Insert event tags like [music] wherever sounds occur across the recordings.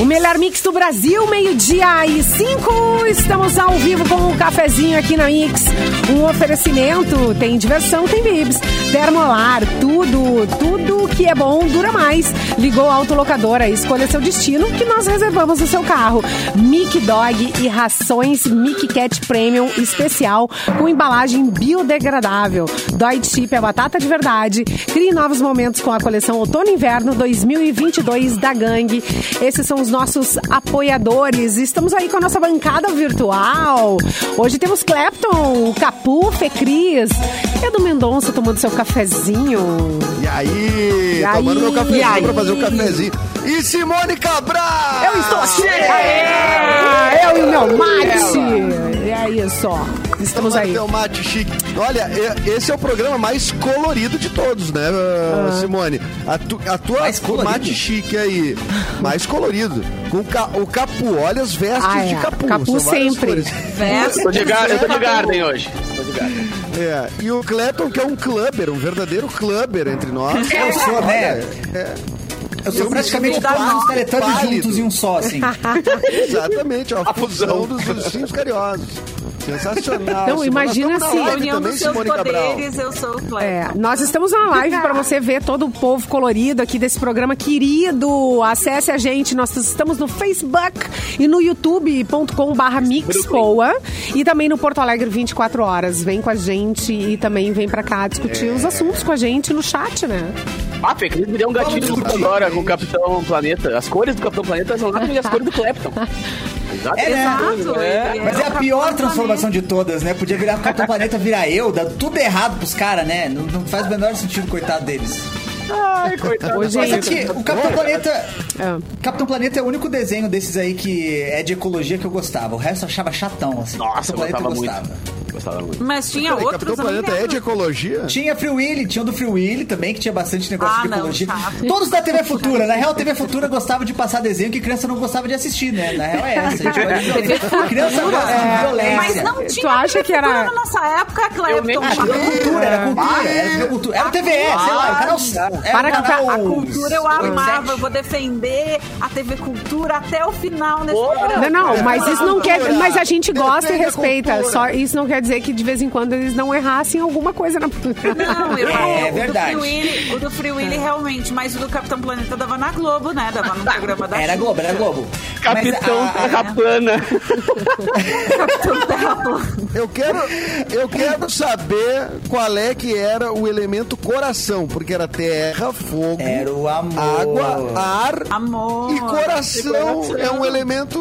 O melhor mix do Brasil, meio-dia e cinco. Estamos ao vivo com um cafezinho aqui na Mix. Um oferecimento, tem diversão, tem bibs. Termolar, tudo, tudo que é bom dura mais. Ligou a autolocadora, escolha seu destino que nós reservamos o seu carro. Mic Dog e rações Mic Cat Premium especial com embalagem biodegradável. Dói Chip é batata de verdade. Crie novos momentos com a coleção Outono e Inverno 2022 da Gangue. Esses são os nossos apoiadores. Estamos aí com a nossa bancada virtual. Hoje temos Clapton, Capu, Fecris, Edu Mendonça tomando seu cafezinho. E aí? E tomando aí? meu E aí? cafezinho pra fazer o cafezinho. E Simone Cabral! Eu estou aqui! Aê! Eu e meu mate! É isso, ó. Estamos aí. Teu mate chique. Olha, e- esse é o programa mais colorido de todos, né, Ah. Simone? A, tu- a tua Mais o mate colorido? chique aí, mais colorido. Com ca- o capu, olha as vestes Ah, é. de capu. Capu são várias sempre. cores. Eu tô de, gar... eu tô de Garden hoje. Tô de Garden. É, E o Clapton, que é um clubber, um verdadeiro clubber entre nós. Eu sou, né? É, Eu sou Eu praticamente me sinto todos os teletubbies pálido. juntos em um [laughs] só, assim. exatamente, ó, a fusão fusão. dos ursinhos carinhosos. Sensacional. Então, Simone. imagina Nós estamos na assim, live União também, dos seus Simone Cabral. poderes, eu sou o Cleber. É, nós estamos na live para você ver todo o povo colorido aqui desse programa querido. Acesse a gente, nós estamos no Facebook e no youtube.com/barra mixpoa e também no Porto Alegre 24 horas. Vem com a gente e também vem para cá discutir os assuntos com a gente no chat, né? Ah, Fê, Cris me deu um gatilho Vamos agora discutir. com o Capitão Planeta. As cores do Capitão Planeta são nada as cores do Clapton. Exato. É, né? Exato, É. Tá, ele Mas é a o pior Capitão transformação de todas, né? Podia virar Capitão Planeta, virar eu, dá tudo errado pros caras, né? Não, não faz o menor sentido, coitado deles. Ai, coitado. Ô, Mas gente. aqui, o Capitão Planeta. É. Capitão Planeta é o único desenho desses aí que é de ecologia que eu gostava. O resto eu achava chatão, assim. Nossa, eu Capitão gostava Planeta eu muito. Gostava muito. Mas tinha Peraí, outros Tipo, Capitão Planeta é de amigos. ecologia? Tinha Free Willy, tinha o do Free Willy também, que tinha bastante negócio Ah, de não, ecologia. chato. Todos da [laughs] TV Futura. Na real, a TV Futura gostava de passar desenho que criança não gostava de assistir, né? Na real é essa. A gente pode dizer. criança gosta de É violência. É. Mas não Tu tinha acha TV que era- cultura na nossa época, Eu nem- Clepton. Ah, TV Cultura, era cultura, era TV Cultura. Era o TVE, sei lá, o canal... Era Para o que canal a- a Cultura eu amava, eu 87. vou defender a TV Cultura até o final nesse Boa. programa. Não, não, mas isso não quer. Mas a gente gosta e Defende a respeita. cultura. Só isso não quer dizer que de vez em quando eles não errassem alguma coisa na. [laughs] Não, eu, É o verdade. Do Free Willy, o do Free Willy realmente, mas o do Capitão Planeta dava na Globo, né? Dava no programa da Era Globo, era Globo. Capitão Mas a- a- Terrapana. Eu quero, eu quero saber qual é que era o elemento coração, porque era terra, fogo, Era o amor. água, ar Amor. e coração. É um elemento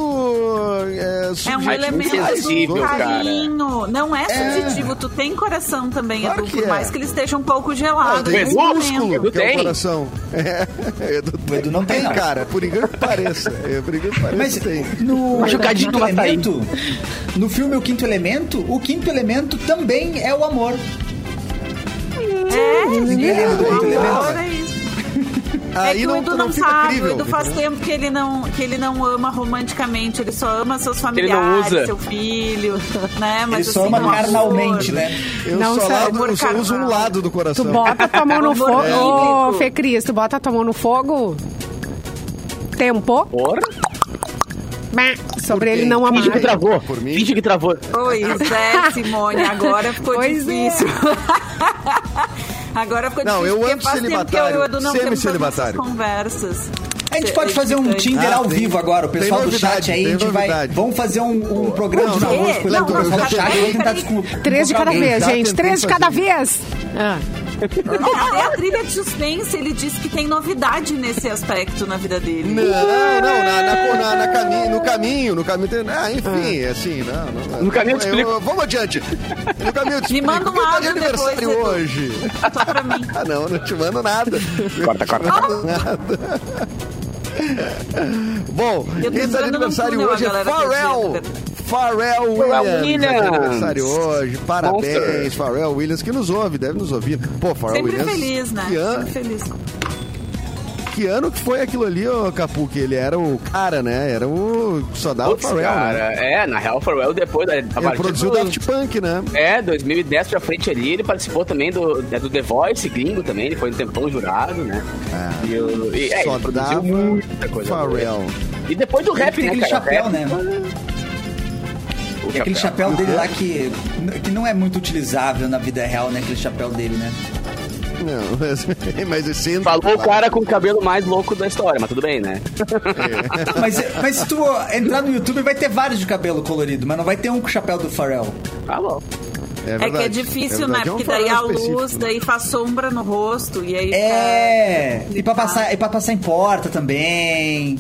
é, É um subjetivo. elemento insensível, do cara. carinho. Não é subjetivo. Tu tem coração também, Claro Edu. que Por é. mais que ele esteja um pouco Ah, gelado. tem nesse Edu, um momento. músculo Edu que é tem. o coração. [laughs] É, Edu tem. Edu não tem, não. cara. Por incrível que pareça. É, por incrível que pareça, Mas é tem. no, Machucadinho no do açaí. elemento, no filme O Quinto Elemento, o quinto elemento também é o amor. É, Ninguém lembra do Edu, Edu, lembra? é isso. É Aí que o não, Edu não, não fica sabe, crível. o Edu faz tempo que ele, não, que ele não ama romanticamente, ele só ama seus Ele não familiares, usa. seu filho, [laughs] né? Mas, Ele só assim, ama não é carnalmente, amor. né? Eu, Não, só, sério, lado, eu só uso um carnal. lado do Tu coração. bota tua mão [laughs] no Amor fogo. Ô, bíblico. Fê Cris, tu bota tua mão no fogo? Tempo? Porra. Bah, Sobre ele quê? não amar. Finge que travou. Por mim? Finge que travou. Pois é, Simone, agora ficou Pois é. difícil. agora ficou Não, difícil, eu porque amo faz tempo celibatário, que eu e o Edu não temos as nossas semicelibatário. conversas. é A gente pode fazer um Tinder Ah, ao tem- vivo agora, o pessoal tem do chat novidade, aí, a tem gente vai. novidade. Vamos fazer um, um programa de Não, namoro não, com o não, pessoal do não, chat e peraí, vamos tentar peraí. desculpa. Três de cada Alguém vez, já gente. tentou Três de fazer cada isso. vez. Ah. Até é a trilha de suspense, ele diz que tem novidade nesse aspecto na vida dele. Não, não, na, na- na- na cami- no caminho, no caminho. tem- Ah, enfim, assim, não, não- No caminho eu te eu- explico. vamos adiante. No caminho eu te Me explico. manda um Quem tá de áudio aniversário depois, Edu. hoje. Só pra mim. Ah, não, não te mando nada. Corta, corta. Bom, Eu tô quem tá de entrando no aniversário túnel, hoje é a galera tá Pharrell. dizendo, Pharrell Pharrell Williams. tá Williams. de aniversário hoje. Parabéns, Monster. Pharrell Williams, que nos ouve, deve nos ouvir. Pô, Pharrell Sempre Williams. feliz, né? Que ano, Sempre feliz. que ano que foi aquilo ali, ô Capu? Que ele era o cara, né? Era o. Só dava o Putz, Pharrell, né? cara. É, na real, o Farewell depois da a Ele partir produziu o do- Daft Punk, né? É, 2010 pra frente ali, ele participou também do, é, do The Voice gringo também, ele foi um tempão jurado, né? e, o- e, é, Só ele produziu dava muita coisa. boa. Pharrell. E depois do rap, tem né, aquele cara? chapéu, Rap, né? o E aquele chapéu dele lá que, que não é muito utilizável na vida real, né? Aquele chapéu dele, né? Não, [laughs] mas, mas é eu sinto. Falou o cara com o cabelo mais louco da história, mas tudo bem, né? Mas, mas se tu entrar no YouTube, vai ter vários de cabelo colorido, mas não vai ter um com o chapéu do Pharrell. Tá Falou. É que verdade. é difícil, né? verdade, é um Porque daí a farol luz, específico, né? daí faz sombra no rosto e aí. É! fica- E pra passar, e pra passar em porta também.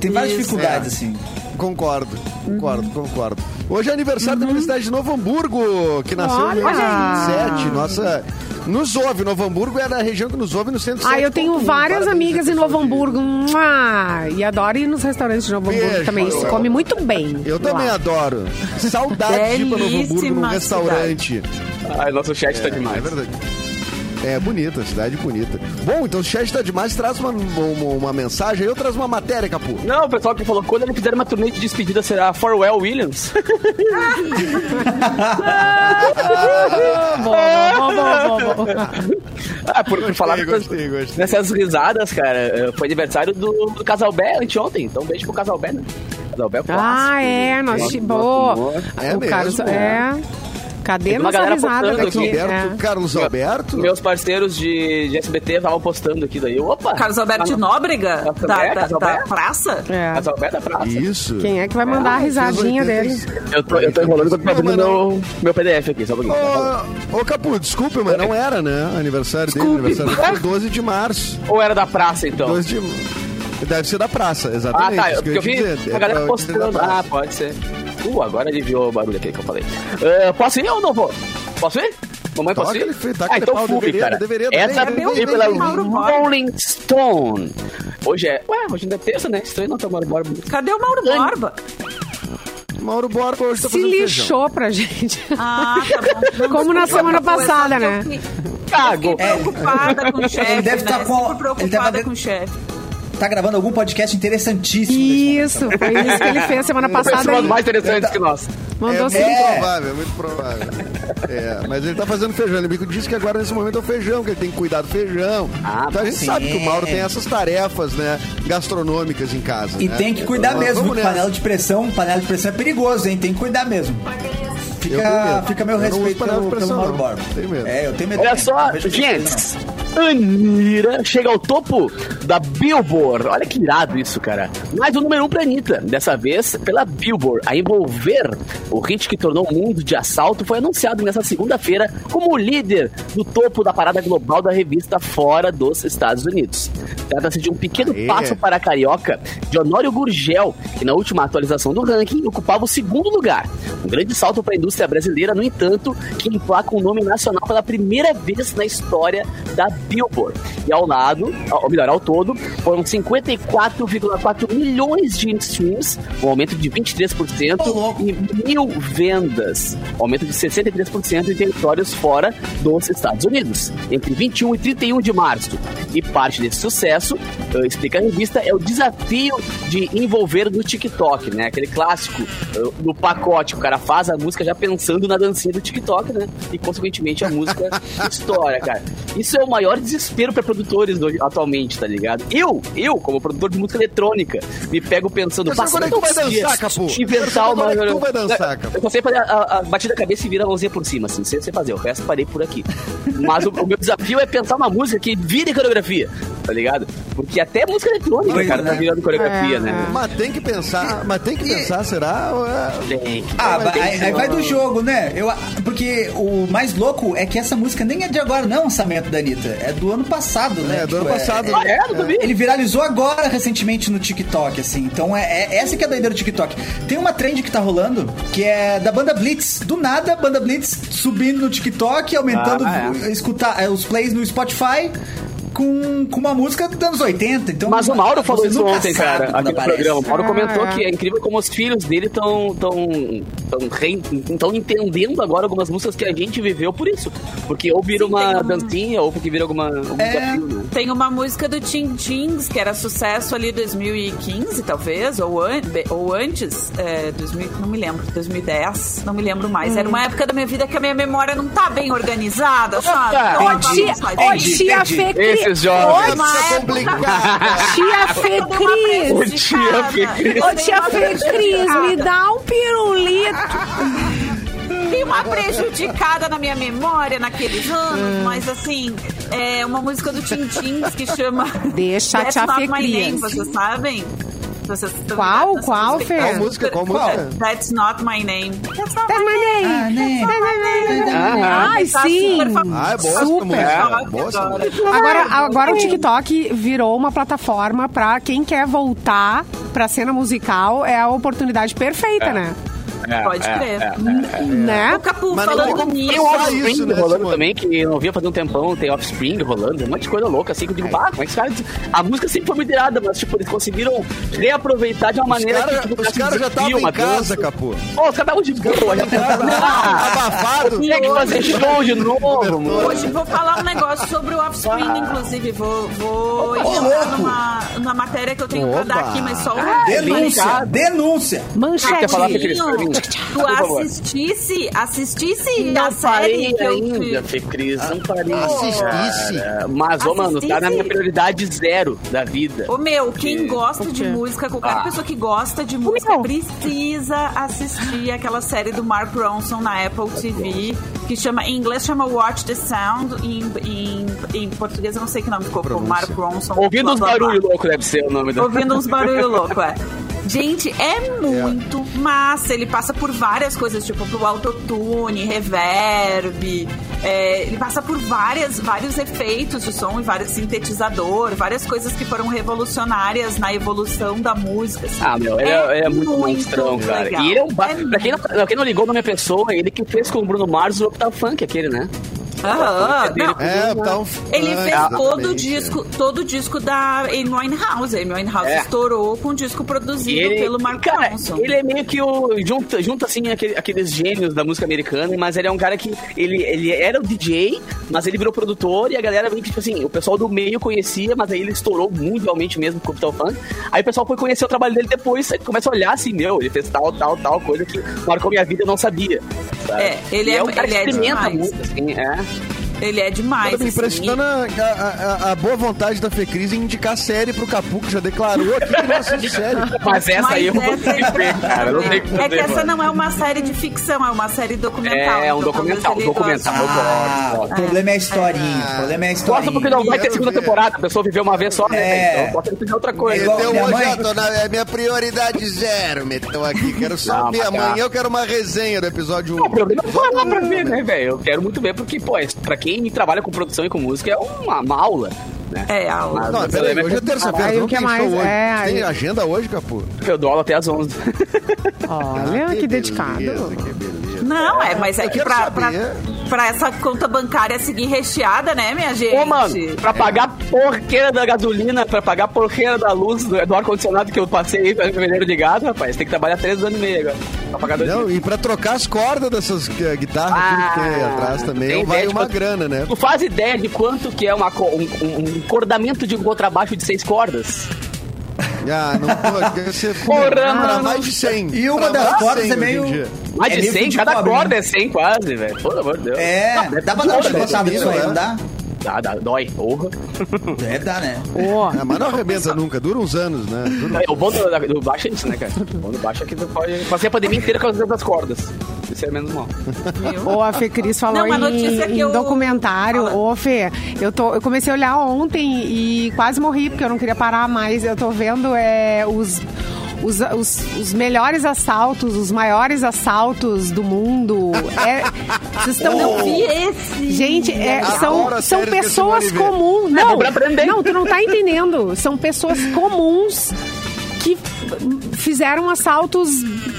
Tem várias Isso. dificuldades, É. assim. Concordo, Uhum. concordo, concordo. Hoje é aniversário da Universidade de Novo Hamburgo, que nasceu em Olha! 1907. Nossa, nos ouve. Novo Hamburgo é da região que nos ouve no centro Ah, eu tenho várias amigas em tá Novo Hamburgo. Mua! E adoro ir nos restaurantes de Novo Beijo, Hamburgo também. Se Manuel. come muito bem. Eu também lá. adoro. Saudade de ir pra Novo Hamburgo num Belíssima restaurante. Ai, nosso chat tá É demais. verdade. É bonita, cidade bonita. Bom, então o chat tá demais, traz uma, uma, uma mensagem, eu trago uma matéria, Capu. Não, o pessoal que falou, quando ele fizer uma turnê de despedida será a Farewell Williams. [laughs] Bom, bom, bom, bom, [laughs] bom. ah, por, por Gostei, falar gostei, nessas, gostei. nessas risadas, cara, eh, foi aniversário do, do Casalbé anteontem, então um beijo pro Casalbé, né? Casalbé Ah, é, nós Nosso- boa. nosso humor. É o Carlos, mesmo? é. Cadê Tem nossa uma galera risada daqui? postando Carlos aqui. Alberto, É. Carlos Alberto? Meus parceiros de, de SBT estavam postando aqui daí. Opa! Ah, Carlos Alberto de Nóbrega? Carlos Da, Alberto, da, Carlos Alberto. da praça? É. Casalbé da praça. Isso. Quem é que vai mandar a risadinha dele? Eu tô, eu tô enrolando, eu tô abrindo Não, é mas meu, meu PDF aqui, só um pouquinho. Ô, ô, Capu, desculpa, mas não era, né? Aniversário dele, Desculpe. aniversário dele, 12 de março. Ou era da praça, então? 12 de Deve ser da praça, Ah, exatamente. tá. isso Eu, que porque eu ia vi te dizer. a É pra- galera da postando. Ah, praça. pode ser. Uh, agora aliviou o barulho aqui que eu falei. Ah, posso ir ou não vou? Posso ir? Mamãe, Toca posso ir? aquele frio, taca ah, aquele então pau, fui, deveria, cara. deveria, Essa vem, vem, é vem, pela vem, Mauro Borba. Rolling Stone. Hoje é... Ué, hoje ainda é terça, né? Estranho não tomar bora. Cadê o Mauro Borba? Mauro Borba hoje tá Se fazendo feijão. lixou pra gente. Ah, [laughs] tá bom. Como na desculpa, semana Capu, é só passada, que né? Eu fiquei- Cago. eu fiquei preocupada com o chefe. Ele deve né? tá com- Sempre ele tava preocupada de- com o chefe. Tá gravando algum podcast interessantíssimo. nesse Isso, foi isso que ele fez semana passada. Pessoas Ele mais interessantes que nós. É mandou muito sim. É. provável, é muito provável. É, mas ele tá fazendo feijão. Ele me disse que agora nesse momento é o feijão, que ele tem que cuidar do feijão. Ah, então a gente sim. sabe que o Mauro tem essas tarefas, né? Gastronômicas em casa. E né? tem que cuidar Então, mesmo, vamos porque nessa. panela de pressão, panela de pressão é perigoso, hein? Tem que cuidar mesmo. Eu tenho Fica, medo. fica meu Eu não uso respeito panela de pelo, pelo pressão, Mauro não. Borba. Tenho medo. É, né? eu tenho medo. Olha também. só, Não vejo gente. coisa, não. Anira chega ao topo da Billboard. Olha que irado isso, cara. Mais um número um pra Anitta. Dessa vez pela Billboard. A envolver o hit que tornou o mundo de assalto foi anunciado nessa segunda-feira como o líder do topo da parada global da revista fora dos Estados Unidos. Trata-se de um pequeno Aê. passo para a carioca de Honório Gurgel, que na última atualização do ranking ocupava o segundo lugar. Um grande salto para a indústria brasileira, no entanto, que emplaca um nome nacional pela primeira vez na história da Billboard. E ao lado, ou melhor, ao todo, foram 54,4 milhões de streams, um aumento de 23% Ô, louco. e mil vendas, aumento de 63% em territórios fora dos Estados Unidos, entre 21 e 31 de março. E parte desse sucesso, eh, explica a revista, é o desafio de envolver no TikTok, né? Aquele clássico eh, do pacote, o cara faz a música já pensando na dancinha do TikTok, né? E consequentemente a música estoura, cara. Isso é o maior desespero para produtores do- atualmente, tá ligado? Eu, eu, como produtor de música eletrônica, me pego pensando, Mas agora "Passa é que tu vai dois dançar, dias Capu. de Inventar uma. Agora é que tu vai dançar, Capu. Eu consegui fazer a, a, a batida da cabeça e virar a mãozinha por cima, assim, sem, sem fazer. O resto parei por aqui. Mas o, o meu desafio é pensar uma música que vire coreografia, tá ligado? Porque até música eletrônica, Pois cara, é. tá virando coreografia, É. né? Mas tem que pensar, mas tem que pensar, será? Ou é- Tem que- Ah, tem vai- aí, que- aí vai do jogo, né? Eu, a- porque o mais louco é que essa música nem é de agora, não é um lançamento da Anitta. É do ano passado, né? É, do ano passado. Ah, é? Não vi. Ele viralizou agora recentemente no TikTok, assim. Então é, é- essa que é a doideira do TikTok. Tem uma trend que tá rolando que é da banda Blitz. Do nada, a banda Blitz subindo no TikTok, aumentando Ah, eh, escutar eh, os plays no Spotify. Com, com uma música dos anos 80, então... Mas o Mauro falou você isso nunca ontem, sabe cara, quando aqui no aparece. programa. O Mauro Ah, comentou é. que é incrível como os filhos dele estão tão, tão, re- tão entendendo agora algumas músicas que a gente viveu por isso. Porque ou vira Sim, uma tem um- dancinha, ou porque vira alguma, algum É. desafio, né? Tem uma música do Tim Tins, que era sucesso ali em 2015, talvez, ou, an ou antes, é, 2000, não me lembro, 2010, não me lembro mais. Era uma época da minha vida que a minha memória não tá bem organizada, sabe? Opa! Então, Ô, eu tia, bagunço, ô, assim. tia entendi. Fê, Esse esses jovens. Oi, mas é complicado. Tia Fê Cris. Ô, tia Fê Cris, me dá um Ah, pirulito. Tem uma prejudicada na minha memória naqueles Ah. anos, mas assim, é uma música do Tim Tins que chama. Deixa a That's tia Not Fê My Cris. Name, vocês sabem? Vocês estão Qual? ligados nessa Qual, música? Fê? Qual música? Qual música? That's Not My Name. That's Not Tá, My Name. mas nem. Ai, Ah, né? Tá sim. super famosa. Ah, é boa essa Super. música. É. Boa essa Agora. música. Agora, agora o TikTok virou uma plataforma pra quem quer voltar pra cena musical, é a oportunidade perfeita, né? Pode crer. Né? O Capu, Mas não falando tem- Tem o nisso. Só Offspring isso, né, rolando Simone? também, que eu não via fazer um tempão, tem Offspring rolando, um monte de coisa louca, assim, que eu digo, bah, como é que os caras... A música sempre foi moderada, mas, tipo, eles conseguiraram reaproveitar de uma Os maneira caras que, tipo, os caras já estavam em casa, capô. Ó, os caras estavam de boa, já [laughs] Abafado. Tinha que fazer show de novo, mano. Hoje vou falar um negócio sobre o Offspring, inclusive. Vou, vou louco! entrar numa, numa matéria que eu tenho Opa! pra dar aqui, mas só um Denúncia, denúncia. Quer Manchete. falar, Fê Cris, pra mim? Tu Por favor. assistisse, assistisse a Não série parei que eu ainda, te... Fê Cris, não parei. Ah, Assistisse. Cara, Mas, ô, mano, tá na minha prioridade zero da vida. Ô meu, quem gosta de quê? música, qualquer Ah. pessoa que gosta de música meu. precisa assistir aquela série do Mark Ronson na Apple TV, que chama, em inglês chama Watch the Sound, e em, em, em português eu não sei que nome ficou, ficou Mark Ronson. Ouvindo blá, uns blá, blá. barulhos loucos, deve ser o nome da... ouvindo uns barulho louco, é. Gente, é muito massa. Ele passa por várias coisas, tipo pro autotune, reverb. é, ele passa por várias, vários efeitos de som e vários sintetizador, várias coisas que foram revolucionárias na evolução da música. assim. Ah, meu, ele é, ele é muito, monstrão, cara. legal. E ele é um ba... É pra, quem não, pra quem não ligou na minha pessoa, ele que fez com o Bruno Mars o Octa Funk, aquele, né? Aham, dele. não, É, tá um... Ele Ah, fez todo o exatamente. disco, todo o disco da Amy Winehouse. Amy Winehouse É. estourou com o disco produzido E ele, pelo Mark cara, Ronson. ele é meio que o. Junta, junta assim, aquele- aqueles gênios da música americana, mas ele é um cara que. Ele, ele era o DJ, mas ele virou produtor e a galera meio que, tipo assim, o pessoal do meio conhecia, mas aí ele estourou mundialmente mesmo com o Capital Funk. Aí o pessoal foi conhecer o trabalho dele depois, aí tu começa a olhar assim, meu, ele fez tal, tal, tal, coisa que marcou minha vida, eu não sabia. sabe? É, ele E é- um cara ele que é experimenta demais. muito, assim, é. Ele é demais. Tá me impressionando a, a- a- a boa vontade da Fecris em indicar série pro Capu, que já declarou aqui que não assiste [laughs] série. Mas essa aí eu vou essa- ter que ver, cara. Não tem como É que ver, essa mano. não é uma série de ficção, é uma série documental. É, é um então talvez documental, ele documental. goste. Ah, Ah, o problema é a historinha. O problema é a Gosta porque historinha. não vai ter Quero segunda ver. temporada, a pessoa viveu uma vez só, É. né? Então pode pedir outra coisa. Igual- Meteu minha hoje, mãe- ah, tô na- é minha prioridade zero, meteu aqui. Quero Não, saber. mas tá. Amanhã eu quero uma resenha do episódio 1. Não, o problema é falar pra ver, né, velho? Eu quero muito ver, porque, pô, é- pra quem trabalha com produção e com música, é uma, uma aula, né? É, a Mas- Não, mas peraí, eu- hoje é terça-feira, Aí, não o que tem mais? show hoje. É, aí- Tem agenda hoje, Capu? Ah, Eu dou aula até às 11. Olha, que beleza, dedicado. que beleza. Não, é, mas é Eu que quero pra, pra, saber. pra essa conta bancária seguir recheada, né, minha gente? Ô, mano, pra pagar a porqueira da gasolina, pra pagar a porqueira da luz, do, do ar-condicionado que eu passei aí pra vender de gado, rapaz, tem que trabalhar três anos e meio agora. Pra pagar dois Não, mil. e pra trocar as cordas dessas eh, guitarras tudo que tem aí atrás tem também, ideia vai de uma quanto- grana, né? Tu faz ideia de quanto que é uma, co- um, um, um cordamento de um contrabaixo de seis cordas? Ah, não pode você [laughs] Porra, pra mano. mais de 100. E uma pra das mais um de cordas 100 é meio- hoje em dia. um Mais É de meio 100, de cada pobre, né? né? corda é Ah, 100 quase, velho. Pelo amor de Deus. É, Não, dá pra dar uma dói, chicotada nisso aí, não né? dá? Dá, dá, dói. Porra. É, Deve dar, né? Ó, Ah, mas não arrebenta nunca, dura uns anos, né? Dura uns- O bom do, da- do baixo é isso, né, cara? O bom do baixo é que tu pode passei a pandemia inteira com as das cordas. Isso é menos mal. Viu? Ou a Fê Cris falou Não, uma notícia em, que em eu- documentário. Fala. Ô, Fê, eu, tô, eu comecei a olhar ontem e quase morri, porque eu não queria parar mais. Eu tô vendo é, os, os, os, os melhores assaltos, os maiores assaltos do mundo. É, vocês estão... Eu vi esse. Gente, é, Adoro são, as são séries que a pessoas Simone vê. comuns. É Não, bom pra aprender. não, tu não tá entendendo. São pessoas comuns que fizeram assaltos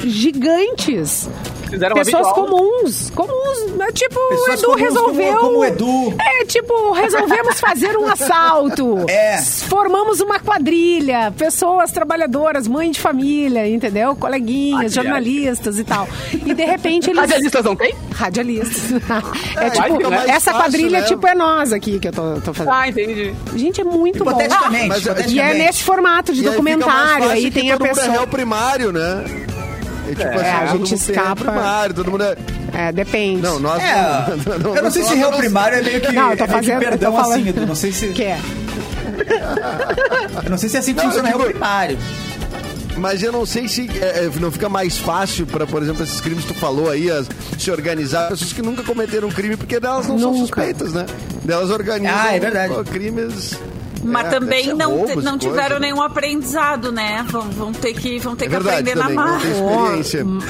gigantes. Fizeram uma Pessoas visual. comuns, comuns, né? tipo o Pessoas Edu comuns como- resolveu. como o Edu. É, tipo, resolvemos fazer um [laughs] assalto. É. Formamos uma quadrilha, pessoas trabalhadoras, mãe de família, entendeu? Coleguinhas, Ai, jornalistas e tal. E de repente eles Radialistas não tem? Radialista. É, [laughs] É, tipo, fica mais essa fácil, quadrilha, né? tipo, é nós aqui que eu tô, tô fazendo. Ah, entendi. Gente, é muito bom. Hipoteticamente. Mas- E é hipoteticamente. nesse formato de E aí fica mais documentário. fácil Aí que tem a todo mundo É pessoa. réu primário, né? É, tipo a gente todo mundo tem réu escapa. primário, todo mundo é... É, depende. Não, nós É, não, [laughs] eu não sei se réu primário é meio que, Não, eu tô é meio que fazendo- eu tô perdão falando- assim, Edu. Não sei se, Que é. eu não sei se é assim que Não, funciona eu réu digo- primário. Mas eu não sei se é, é, não fica mais fácil para, por exemplo, esses crimes que tu falou aí, as- se organizar pessoas que nunca cometeram crime, porque delas não são Nunca. suspeitas, né? Delas organizam Ah, é verdade. co- crimes. Mas é, também deve ser não, te- roubos, não coisa, tiveram né? nenhum aprendizado, né? Vão, vão ter que, vão ter É que verdade aprender também, na não tem marra. experiência. É, Não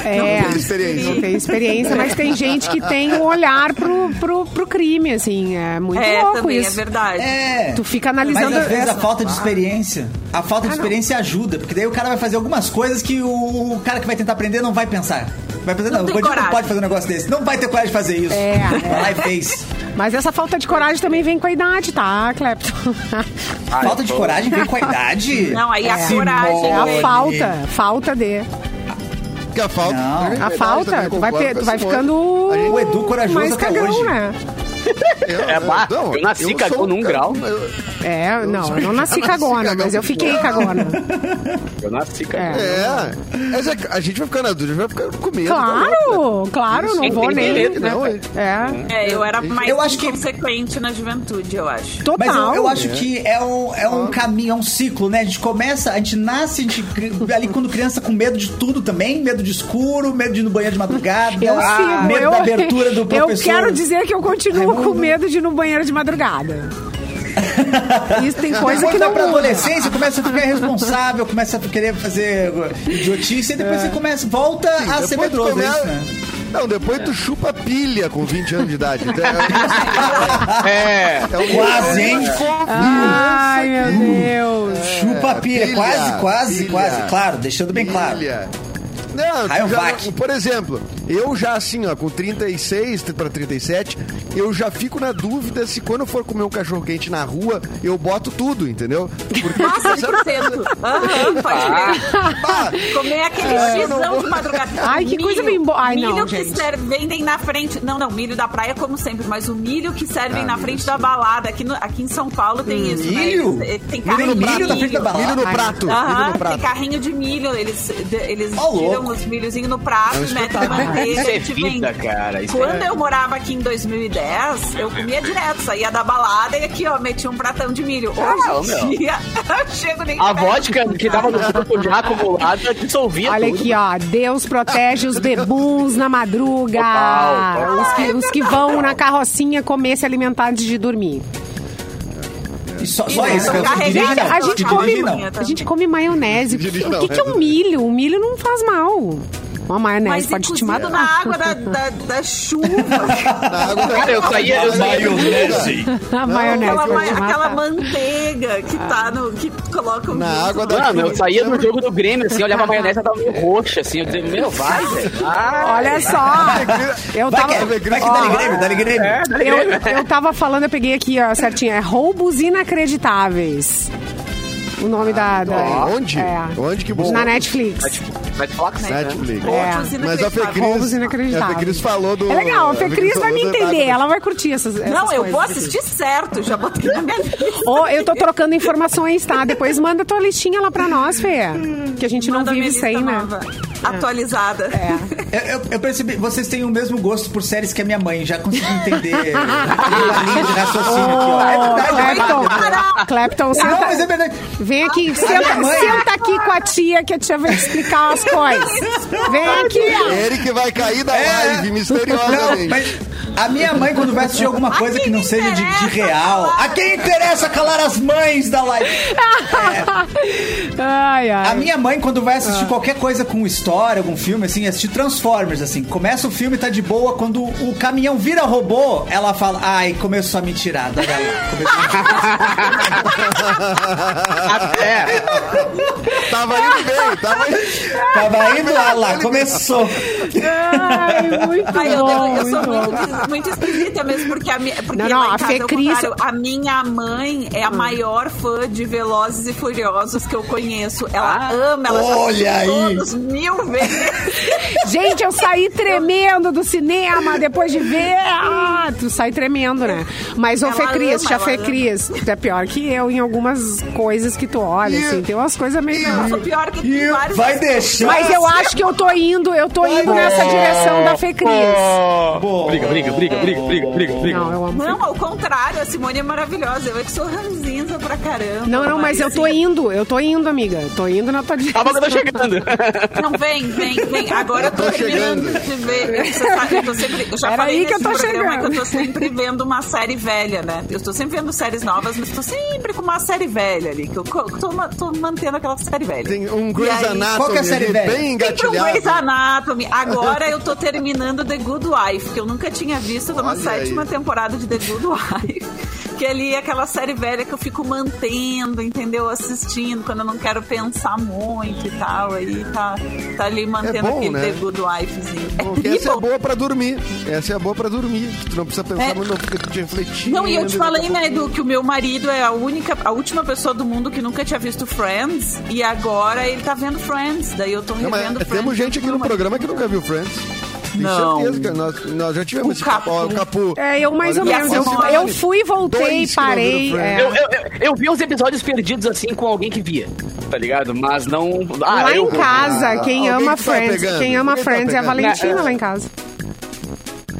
tem experiência. não tem experiência, mas tem gente que tem um olhar pro, pro, pro crime, assim. É muito É, louco também isso. é verdade. É. Tu fica Mas analisando. às vezes a essa- Ah, falta de experiência, a falta de experiência ajuda, porque daí o cara vai fazer algumas coisas que o, o cara que vai tentar aprender não vai pensar. Vai pensar, não, Não o tem bandido não coragem. pode fazer um negócio desse. Não vai ter coragem de fazer isso. É, é. Vai lá e fez. Mas essa falta de coragem também vem com a idade, tá, Clepton? Falta de coragem vem com a idade. Não, aí a Simone. coragem É a Olha. falta, falta de. Que a falta. Não. É verdade, A falta, também tu vai, concordo pe- com tu a vai Simone. ficando. A gente- O Edu corajoso mais até cagão, hoje. né? Eu, É, bah, eu nasci sou cagou um num cara- grau. eu- É, Eu não, sou- eu não nasci eu nasci cagona, cagão. mas eu fiquei cagona. Eu nasci, cara. É, mas é- a gente vai ficando adulto, a gente vai ficando com medo. tá né? Claro, claro, não Sim, vou tem nem. medo, né? não, é. É, É, eu era mais Eu acho que- inconsequente na juventude, eu acho. total. Mas eu, eu acho que é um, é Ah. um caminho, é um ciclo, né? A gente começa, a gente nasce, a gente cri- ali quando criança com medo de tudo também, medo de escuro, medo de ir no banheiro de madrugada, Eu ah, sigo, medo eu, da abertura [laughs] do Eu professor. quero dizer que eu continuo com medo de ir no banheiro de [laughs] madrugada. Isso tem coisa Depois que vai não pra muda. adolescência, começa [laughs] a ficar irresponsável, começa a querer fazer idiotice e depois É. você começa, volta a ser Depois tu medroso, é começa- isso, né? Não, depois tu chupa pilha com 20 anos de idade. É, É. é um- Quase, hein? Ai, meu Deus. É. Chupa a pilha, pilha, quase, quase, pilha. quase. Claro, deixando bem claro. Filha. Não, Raio tu já- Vac. por exemplo, eu já assim, ó, com 36 pra 37, eu já fico na dúvida se quando eu for comer um cachorro quente na rua, eu boto tudo, entendeu? Porque [laughs] Nossa, 100%. Aham, pode crer. pá, Comer aquele eu não xizão vou- de madrugada. Ai, que coisa bem bo- ai, milho não, que gente. ser- vendem na frente. Não, não, milho da praia, como sempre, mas o milho que servem na frente da balada. Aqui, no- aqui em São Paulo tem isso. né? Milho? Eles- Tem Milho carrinho no de milho né? da frente da balada? milho no Ai. prato, milho Aham, no tem prato. Tá carrinho de milho, eles, de- eles Ó, louco. tiram os milhozinhos no É um prato, né, e metem na bandeja. Isso é e te vida, vendem. cara, isso tipo, Quando é- eu morava aqui em 2010, eu comia direto, saía da balada e aqui, ó, metia um pratão de milho. não, Hoje Ah, meu. em dia, [laughs] eu chego nem A perto. vodka que tava no corpo já acumulada dissolvia Olha tudo. aqui, ó. Deus protege os bebuns na madruga. Total, Os que, os que vão na carrocinha comer se alimentar antes de dormir. E só, só Isso, isso, que eu carregada. dirige, não. A gente Que come, dirige, não. Eu a gente também. come maionese. O que, Dirige o não, que que é né? um milho? O milho não faz mal. Uma maionese Mas pode te cozido matar. Né, na água da, da, da chuva, Na água da- Cara, eu saía- eu saía- Maionese. [laughs] A maionese aquela, ma- pode te aquela matar. Ah. manteiga que tá no. que colocam Na água da- Mano, eu saía do jogo do Grêmio, assim, eu olhava a maionese, ela tava meio roxa, assim, eu dizia, meu, vai, velho. vai. Olha só. Eu Vai tava... que, é vai que Ó, dá-lhe Grêmio, dá-lhe Grêmio. é. Eu, eu tava falando, eu peguei aqui, ó, certinho. É roubos inacreditáveis. O nome da, da- Onde? É. Onde que bom? Na Netflix. Vai te falar que Né? Netflix. É. Mas Roubos a Fecris, a Fecris inacreditáveis. falou do... É legal, a Fê Cris vai me falou do- né? entender, ela vai curtir essas, essas Não, eu coisas vou aqui. assistir certo, já botei na minha lista. Ó, eu tô trocando informações, tá? Depois manda tua listinha lá pra nós, Fê. Que a gente Manda não minha vive lista sem, né? É. nova, Atualizada. Eu, eu- eu percebi, vocês têm o mesmo gosto por séries que a minha mãe, já consegui entender a linha de raciocínio aqui, ó. É verdade, é Clepton, verdade. Clepton, senta. Não, mas é verdade. Vem aqui, minha senta, mãe- senta aqui com a tia que a tia vai te explicar as coisas. Vem aqui, Eric vai cair da É. live, Não, misteriosamente. mas a minha mãe, quando vai assistir alguma coisa quem que não seja de, de interessa real, calar? a quem interessa calar as mães da live? ó. Ai, ai. A minha mãe, quando vai assistir qualquer coisa com história, algum filme, assim, assistir Transformers, assim, começa o filme e tá de boa, quando o caminhão vira robô, ela fala, ai, começou a mentirada, galera. Começou a Tava indo bem, tá? tava indo... Tava indo lá, lá, começou. Ai, muito Ai, eu, bom, eu- eu sou muito bom. muito, muito esquisita mesmo, porque a minha. Porque Não, não, lá em a casa Fê Hum. é o Cris- contrário. A minha mãe é a maior fã de Velozes e Furiosos que eu conheço. Ela Ah. ama, ela olha já assistiu aí. todos mil vezes. Gente, eu saí tremendo do cinema depois de ver. Ah, Ah, tu sai tremendo, né? Mas, ô Ela Fê Cris, ama, tia ela Fê ama. Cris, tu é pior que eu em algumas coisas que tu olha, E- assim. Tem umas coisas meio... Eu sou pior que E tem vários. vai deixar. Mas eu acho que eu tô indo, eu tô indo nessa direção da Fê Cris. Boa. Briga, briga, briga, briga, briga, briga, briga. Não, eu amo. Não, ao contrário, a Simone é maravilhosa. Eu é que sou ranzinza pra caramba. Não, não, mas eu tô Marizinha. indo, eu tô indo, amiga. Tô indo na tua direção. A banda tá chegando. Não, vem, vem, vem. Agora eu tô Tá terminando chegando. de ver. Você sabe, eu, tô sempre, eu já Era falei aí que eu nesse tô programa chegando. que eu tô sempre vendo uma série velha, né? Eu tô sempre vendo séries novas, mas tô sempre com uma série velha ali. Que eu co- tô, ma- tô mantendo aquela série velha. Tem um Grey's E aí, Anatomy qual que é a série ali, velha? bem Tem pro Grey's engatilhado. [laughs] Anatomy. Agora eu tô terminando The Good Wife, que eu nunca tinha visto. Eu tô na Olha sétima aí. temporada de The Good Wife. [laughs] Que ali é aquela série velha que eu fico mantendo, entendeu? Assistindo, quando eu não quero pensar muito e tal. Aí tá, tá ali mantendo bom, aquele né? The Good Wifezinho. É Porque essa é terrível. boa pra dormir. Essa é boa pra dormir. Tu não precisa pensar É. muito, não fica te refletindo. Não, e eu te né, falei, daqui a né, pouco. Edu, que o meu marido é a única, a última pessoa do mundo que nunca tinha visto Friends. E agora ele tá vendo Friends. Daí eu tô Não, revendo mas é, Friends. temos gente aqui no Mas- programa que nunca viu Friends. Tenho Não. certeza que nós, nós já tivemos O esse Capu. papo. Ó, o Capu. É, eu mais ou E a menos. Eu, Simone? eu fui, voltei, Dois que não parei. viram é. Friends. Eu, eu, eu- eu vi uns episódios perdidos assim com alguém que via, tá ligado? Mas não. Ah, lá eu em vou. casa, Ah, quem alguém ama que tá Friends, pegando, quem ama alguém tá Friends é a pegando. Valentina É. lá em casa.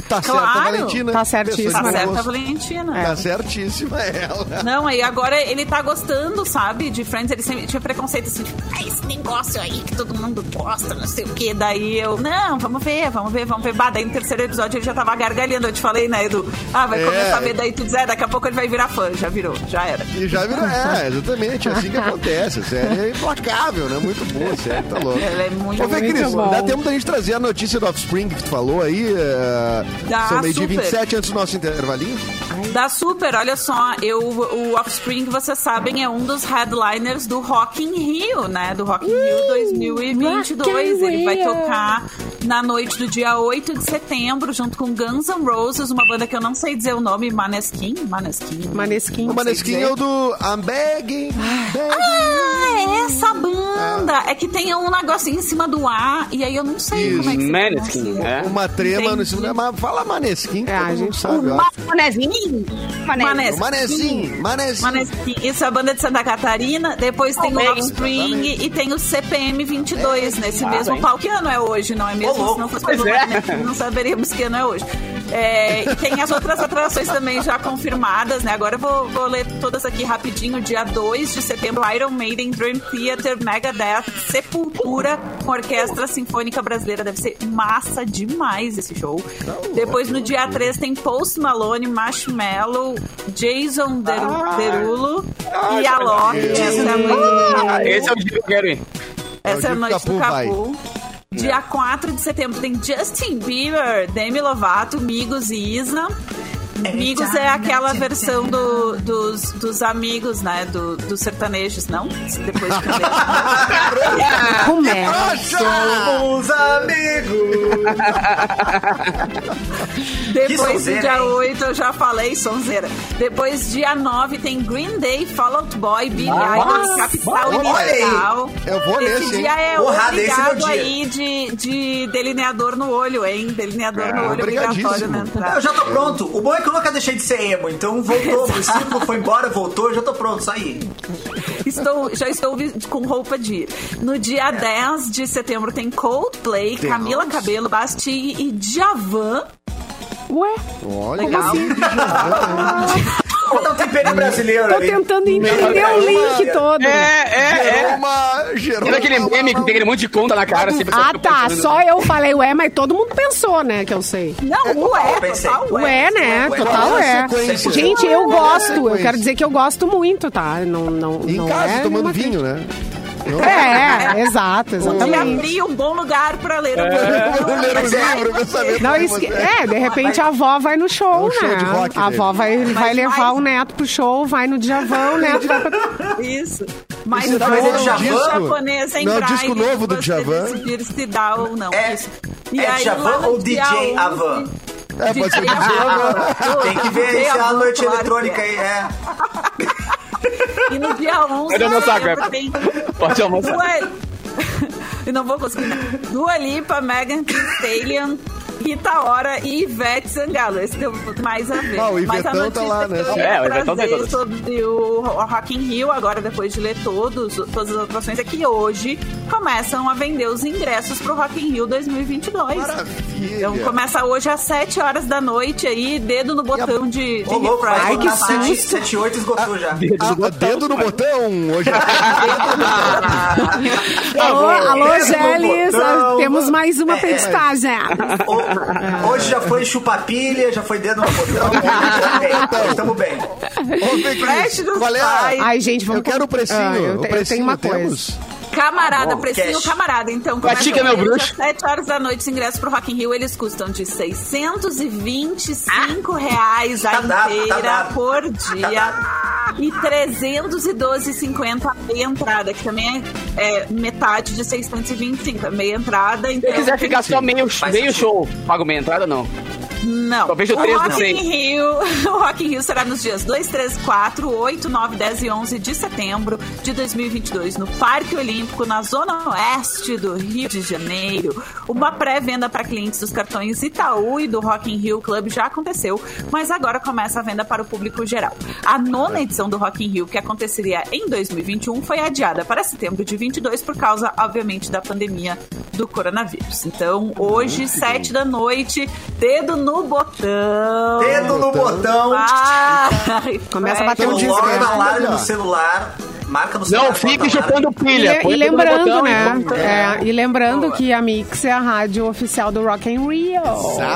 Tá certa, Claro. Valentina. Tá certíssima, Pessoa Tá de né? certo, a gosto. Valentina. Tá certíssima ela. Não, aí agora ele tá gostando, sabe, de Friends. Ele sempre tinha preconceito assim, tipo, ah, esse negócio aí que todo mundo gosta, não sei o quê. Daí eu, não, vamos ver, vamos ver, vamos ver. Bah, daí no terceiro episódio ele já tava gargalhando, eu te falei, né, Edu? Ah, vai É. começar a ver, daí tu diz, é, daqui a pouco ele vai virar fã. Já virou, já era. E já [laughs] virou. É, exatamente. É assim que acontece. A série é implacável, né? Muito boa, a série. Tá louco. Ela é muito- Ô, Fê muito Cris, bom. dá tempo da gente trazer a notícia do Offspring que tu falou aí. é, Dá, São meio dia super. 27 antes do nosso intervalinho. Da Super, olha só, eu, o Offspring, vocês sabem, é um dos headliners do Rock in Rio, né? Do Rock in Rio 2022. Rock in Ele vai Rio. tocar na noite do dia 8 de setembro, junto com Guns N' Roses, uma banda que eu não sei dizer o nome, Maneskin? Maneskin? Maneskin. O Maneskin é o do I'm begging, begging. Ah, é essa banda! É que tem um negocinho em cima do A, e aí eu não sei como é que se Maneskin, pronuncia. é. Uma trema no Entendi. cinema. Mas Fala Maneskin, que É, todo a mundo gente- sabe. ó. Manezinho? Maneskin. O Maneskin, Maneskin. Maneskin. Isso é a banda de Santa Catarina. Depois tem bem. o Offspring e tem o CPM 22 nesse Ah, mesmo bem. palco. Que ano é hoje, não é mesmo? louco. Se não fosse Pois pelo é. Maneskin, não saberíamos que ano é hoje. É, e tem as outras atrações também já confirmadas, né? Agora eu vou, vou ler todas aqui rapidinho. Dia 2 de setembro, Iron Maiden, Dream Theater, Megadeth, Sepultura, com Orquestra Sinfônica Brasileira. Deve ser massa demais esse show. Depois, no dia 3, tem Post Malone, Marshmallow, Jason Deru- Derulo e a Loki. Essa é a Ah, noite- esse é o dia que eu quero ir. Essa é a o noite do Capu vai. É. Capu. Dia 4 de setembro tem Justin Bieber, Demi Lovato, Migos e Isa. Amigos é aquela versão do- dos, dos amigos, né? do- dos sertanejos, não? Depois [laughs] de Como é? Somos amigos. Depois do sonzeira, dia hein? 8, eu já falei, sonzeira. Depois, dia 9, tem Green Day, Fall Out Boy, Billy Idol, Capital Ah, olha aí. Inicial. Eu vou Esse nesse, hein? dia é Porrada, esse é meu obrigado dia. aí de, de delineador no olho, hein? Delineador no olho obrigatório É, obrigadíssimo. na Eu entrada. já tô pronto. O bom é que eu nunca deixei de ser emo, então voltou, o ciclo foi embora, voltou, eu já tô pronto, saí. Estou, já estou vi- com roupa de ir. No É. dia 10 de setembro tem Coldplay, Camila Cabelo, Basti e Djavan. Ué, Olha, Legal. Vou dar um temperinho brasileiro tô ali. tentando entender o link todo. É, gerou uma... Gerou Sabe aquele uma- meme que tem aquele monte de conta na cara? assim, a pessoa Ah fica tá, postando. só eu falei ué, mas todo mundo pensou, né, que eu sei. Não, É, eu ué, pensei. total ué. Ué, né? ué, Total qual é a é. sequência? Gente, eu Qual é a gosto. Eu sequência? quero dizer que eu gosto muito, tá? Não, não, Em não casa, é tomando nenhuma vinho, né? crítica. É, é, exato, De exatamente. abrir um bom lugar pra ler. um É. [laughs] bom Eu livro. ler um livro, pensamento. Não, de isso que- você. é, de repente a avó vai no show, É um show né? de rock a avó vai, vai Mas levar vai- o neto pro show, vai no Djavan, o neto vai pra... Isso. Mas Isso o tá Djavan fazendo disco? japonês em Não, é o braille. disco novo do você Djavan. decidir se dá ou não. É- isso. é Djavan lá ou no dia DJ 11, Avan? É, pode ser DJ [laughs] Avan. Tem que ver DJ se é a Avan, noite claro eletrônica que é. aí, é. E no dia 11 Eu dou meu saco, setembro é. tem Pode almoçar. [laughs] Dua... Eu não vou conseguir. Dua Lipa, Megan Thee Stallion, Rita Ora e Ivete Sangalo. Esse deu mais a ver. Ah, o Mas a Ivetão tá notícia lá, né? que eu É, ia o Ivetão trazer tem todas. sobre o Rock in Rio, agora depois de ler todos, todas as atrações, é que hoje começam a vender os ingressos pro Rock in Rio 2022. Maravilha. Então começa hoje às 7 horas da noite aí, dedo no botão de, de Ô, louco, refried. Ai, que sete- susto. sete, oito esgotou já. Ah, dedo no botão hoje. é [laughs] Alô, alô, Dedo no Geles. botão. Temos mais uma pra editar, Geles. Ô, Hoje já foi chupapilha, já foi dedo no botão. tá já tem, Estamos bem. Ô, Fê Flash Cris, dos qual é a... pais. Ai, gente, vamos... Eu quero o precinho. Ah, eu, o te- eu precinho tenho uma temos? coisa. Camarada, Bom, precinho cash. camarada. Então, Pratica, meu hoje bruxo. Às 7 horas da noite, os ingressos pro Rock in Rio, eles custam de 625 reais a Tá dado, inteira tá dado. por dia. E 312,50 a meia entrada, que também é, é metade de 625, a meia entrada. Se Então, eu quiser ficar só meio, meio show, pago meia entrada, não. Não. Só vejo o três do Rock in cem. Rio, [laughs] o Rock in Rio será nos dias 2, 3, 4, 8, 9, 10 e 11 de setembro de 2022 no Parque Olímpico, na zona oeste do Rio de Janeiro. Uma pré-venda para clientes dos cartões Itaú e do Rock in Rio Club já aconteceu, mas agora começa a venda para o público geral. A nona edição do Rock in Rio, que aconteceria em 2021, foi adiada para setembro de 22 por causa, obviamente, da pandemia do coronavírus. Então, hoje, 7 da noite, dedo no botão. Dedo no botão. Ah, [laughs] Vai, Começa a vai. bater um dia. Coloca na live Melhor. no celular. Marca no celular. né? Não tá fique bota lá. chupando E, pilha. le- põe e dedo no lembrando, botão e né? vamos. É, e lembrando Boa. que a Mix é a rádio oficial do Rock in Rio.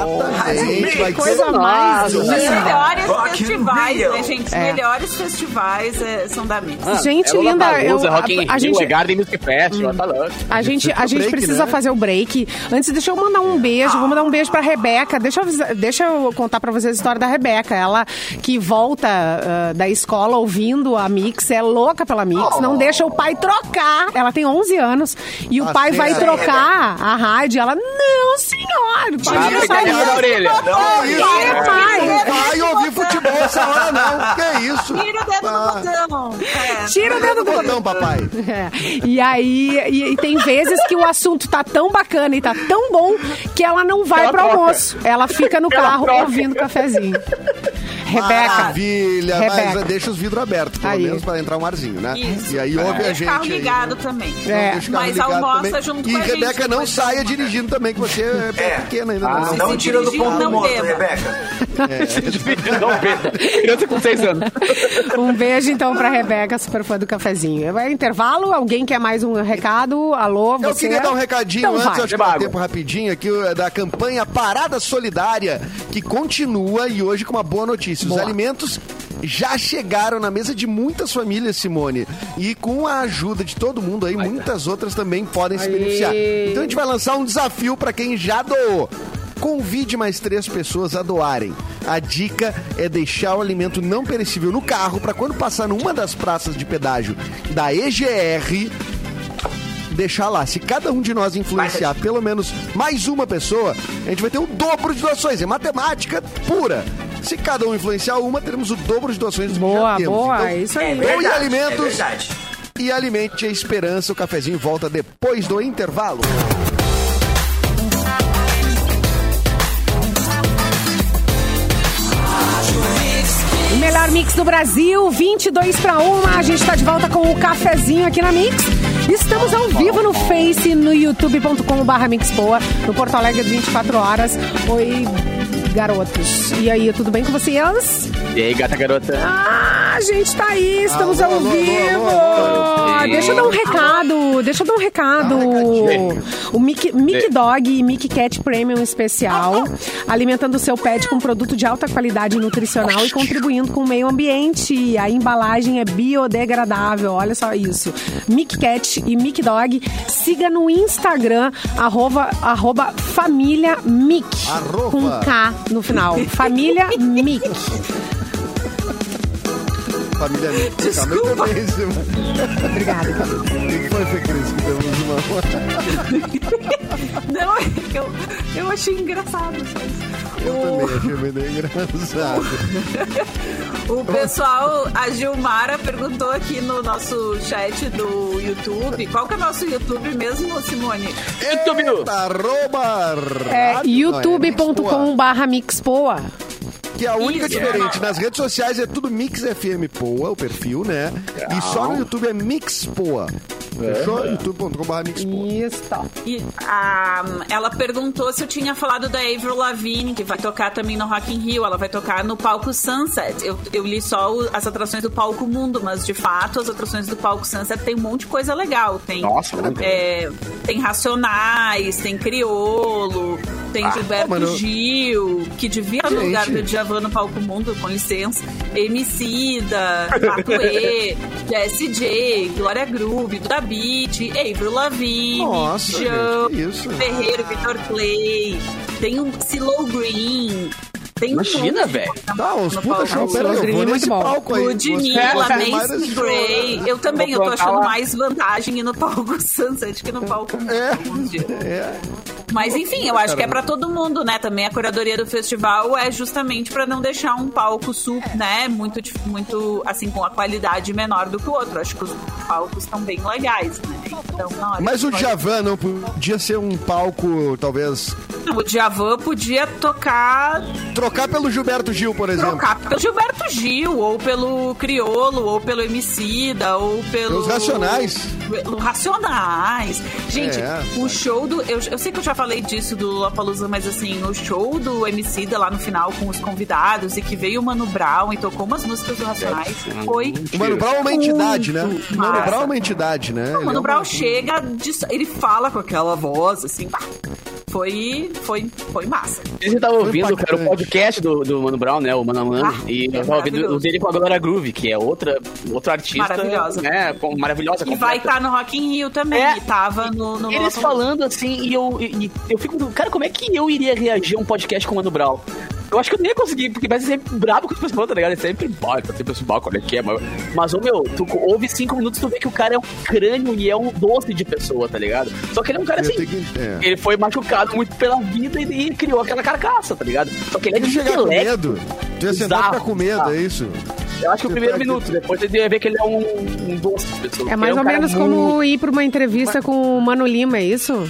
Exatamente. Vai coisa ser- mais Nossa. Os melhores Rock in festivais, Rio. né, gente? Os É. melhores festivais é, são da Mix. Ah, Gente é Lola linda, Palusa, eu- Rock in a- a Rio, gente- Hum. é Garden Music Festival, tá louco. A gente, a pro gente break, precisa né? fazer o break. Antes, deixa eu mandar um beijo. Vou mandar um beijo pra Rebeca. Deixa eu, avisa- deixa eu contar pra vocês a história da Rebeca. Ela que volta ah, da escola ouvindo a Mix, é louca pela Mix, não deixa o pai trocar. Ela tem 11 anos e o Tá pai vai certo. trocar a rádio. Ela, não, senhor! Ah, Pode pegar sair. ela na orelha. [laughs] Não, isso. Vai, vai. Não vai ouvir futebol essa hora, não. Que isso? Tira o dedo Ah, no botão. É. Tira o dedo do botão. botão, papai. É. [laughs] E aí, e, e tem vezes que o assunto tá tão bacana e tá tão bom que ela não vai Ela pro troca. almoço. Ela fica no carro troca. ouvindo cafezinho. Rebeca. Maravilha. Rebeca. Mas deixa os vidros abertos, pelo Aí. menos, pra entrar um arzinho, né? Isso. É. E aí ouve a gente. carro aí, né? ligado também. Não É. deixa o carro Mas ligado almoça também. junto E com a gente, Rebeca, não depois saia de uma- dirigindo também, que você é, É. pequena ainda. Ah, né? não se tira do dirigir, ponto do não morto, beba. né, Rebeca. Não perda. Criança com seis anos. [laughs] Um beijo então pra Rebeca, super fã do cafezinho. Vai intervalo? Alguém quer mais um recado? Alô, você? Eu queria dar um recadinho Então antes, vai. acho que Beba dá água. tempo rapidinho aqui, eh, da campanha Parada Solidária, que continua e hoje com uma boa notícia. Os alimentos já chegaram na mesa de muitas famílias, Simone. E com a ajuda de todo mundo aí, muitas outras também podem se beneficiar. Então a gente vai lançar um desafio para quem já doou. Convide mais três pessoas a doarem. A dica é deixar o alimento não perecível no carro para quando passar numa das praças de pedágio da EGR, deixar lá. Se cada um de nós influenciar pelo menos mais uma pessoa, a gente vai ter o dobro de doações. É matemática pura. Se cada um influenciar uma, teremos o dobro de doações do Boa, que já temos. boa, Então, é isso É aí. verdade, alimentos. É verdade. E alimente a esperança. O cafezinho volta depois do intervalo. O Melhor mix do Brasil, 22 para 1. A gente está de volta com o cafezinho aqui na Mix. Estamos ao vivo no Face, no youtube.com.br Mixpoa, no Porto Alegre 24 horas. Oi, garotos. E aí, tudo bem com vocês? E aí, gata garota? Ah, a gente tá aí, estamos Alô, ao alô, vivo. alô, alô. Deixa eu dar um recado, deixa eu dar um recado. recadinho. o Mickey, Mickey Dog e Mickey Cat Premium Especial, alimentando o seu pet com produto de alta qualidade nutricional e contribuindo com o meio ambiente. A embalagem é biodegradável, olha só isso. Mickey Cat e Mickey Dog, siga no Instagram, arroba, arroba família Mick, Arroba. com K no final. Família Mick. família Mix. Desculpa. Obrigada. Quem foi, Fê Cris, que temos uma... [laughs] Não, eu, eu achei engraçado. só isso. Oh. Eu O- também achei meio engraçado. O pessoal, a Gilmara perguntou aqui no nosso chat do YouTube. Qual que é o nosso YouTube mesmo, Simone? YouTube. Eita, arroba É rádio- Não, é youtube.com.br mixpoa. Mix Poa, Que é a única Isso, diferente. é. Nas redes sociais é tudo Mix FM Poa, o perfil, né? E só no YouTube é Mix Poa. Fechou? youtube.com.br Mix Poa. Isso. E a- ela perguntou se eu tinha falado da Avril Lavigne, que vai tocar também no Rock in Rio. Ela vai tocar no palco Sunset. Eu, eu li só o- as atrações do palco Mundo, mas de fato as atrações do palco Sunset tem um monte de coisa legal. Tem, Nossa, muito. é, tem Racionais, tem Criolo, tem Gilberto Ah, mano. Gil, que devia no lugar Gente. do Djavan no palco Mundo, com licença. Emicida, [laughs] Matuê, Jessie J, Glória Groove, Duda Beat, Avril Lavigne. Nossa, gente, Joe, que isso. Ferreiro, Vitor Clay, tem um Silo Green. Tem Imagina, um monte de velho. coisa Tá, uns no puta palco. show. Pera aí, eu Rodrigo, vou muito nesse bom. palco aí. Ludmilla, Gostei mais Macy desse show, Gray. né? Eu também, eu Vou tô colocar achando lá. mais vantagem ir no palco [laughs] Sunset que no palco. É, é. Mas enfim, eu acho que é pra todo mundo, né? Também a curadoria do festival é justamente pra não deixar um palco sul, É. né? Muito, dif- muito, assim, com a qualidade menor do que o outro. Acho que os palcos estão bem legais, né? Então, na hora Mas que o for- Javan não podia ser um palco, talvez, O Djavan podia tocar trocar pelo Gilberto Gil, por exemplo. trocar pelo Gilberto Gil, ou pelo Criolo, ou pelo Emicida, ou pelo... Pelos Racionais. Pelo Racionais. Gente, É, o show do... Eu, eu sei que eu já falei disso do Lollapalooza, mas assim, o show do Emicida lá no final com os convidados e que veio o Mano Brown e tocou umas músicas do Racionais foi... O Mano Brown é uma entidade, né? Muito O Mano massa. Brown é uma entidade, né? O Ele é Mano um- Brown chega, disso- ele fala com aquela voz, assim, pá. Foi, foi, foi massa. Vocês estavam ouvindo cara, impactante. o podcast do, do Mano Brown, né? O Mano a Mano. Ah, e é eu tava ouvindo maravilhoso. o dele com a Glória Groove, que é outra, outra artista. Maravilhosa. Né, com- é maravilhosa. E vai completa. estar no Rock in Rio também. É. E tava no, no Eles Lollapalooza. falando assim, e eu, e- e eu fico. Cara, como é que eu iria reagir a um podcast com o Mano Brown? Eu acho que eu nem ia conseguir, porque vai ser sempre brabo com as pessoas, tá ligado? É sempre baco, sempre esse baco, olha aqui, é maior. Mas, ô meu, tu ouve cinco minutos, tu vê que o cara é um crânio e é um doce de pessoa, tá ligado? Só que ele é um cara Eu assim. tenho que- é. Ele foi machucado muito pela vida e, e criou aquela carcaça, tá ligado? Só que ele é Tem de que chegar com intelecto. medo. Tu é ia sentar e ficar Bizarro, com medo, bizarro. é isso? Eu acho que o Você primeiro tá aqui. minuto, depois você ia ver que ele é um, um doce de pessoa. É mais ou menos como ir pra uma entrevista com o Mano Lima, é isso?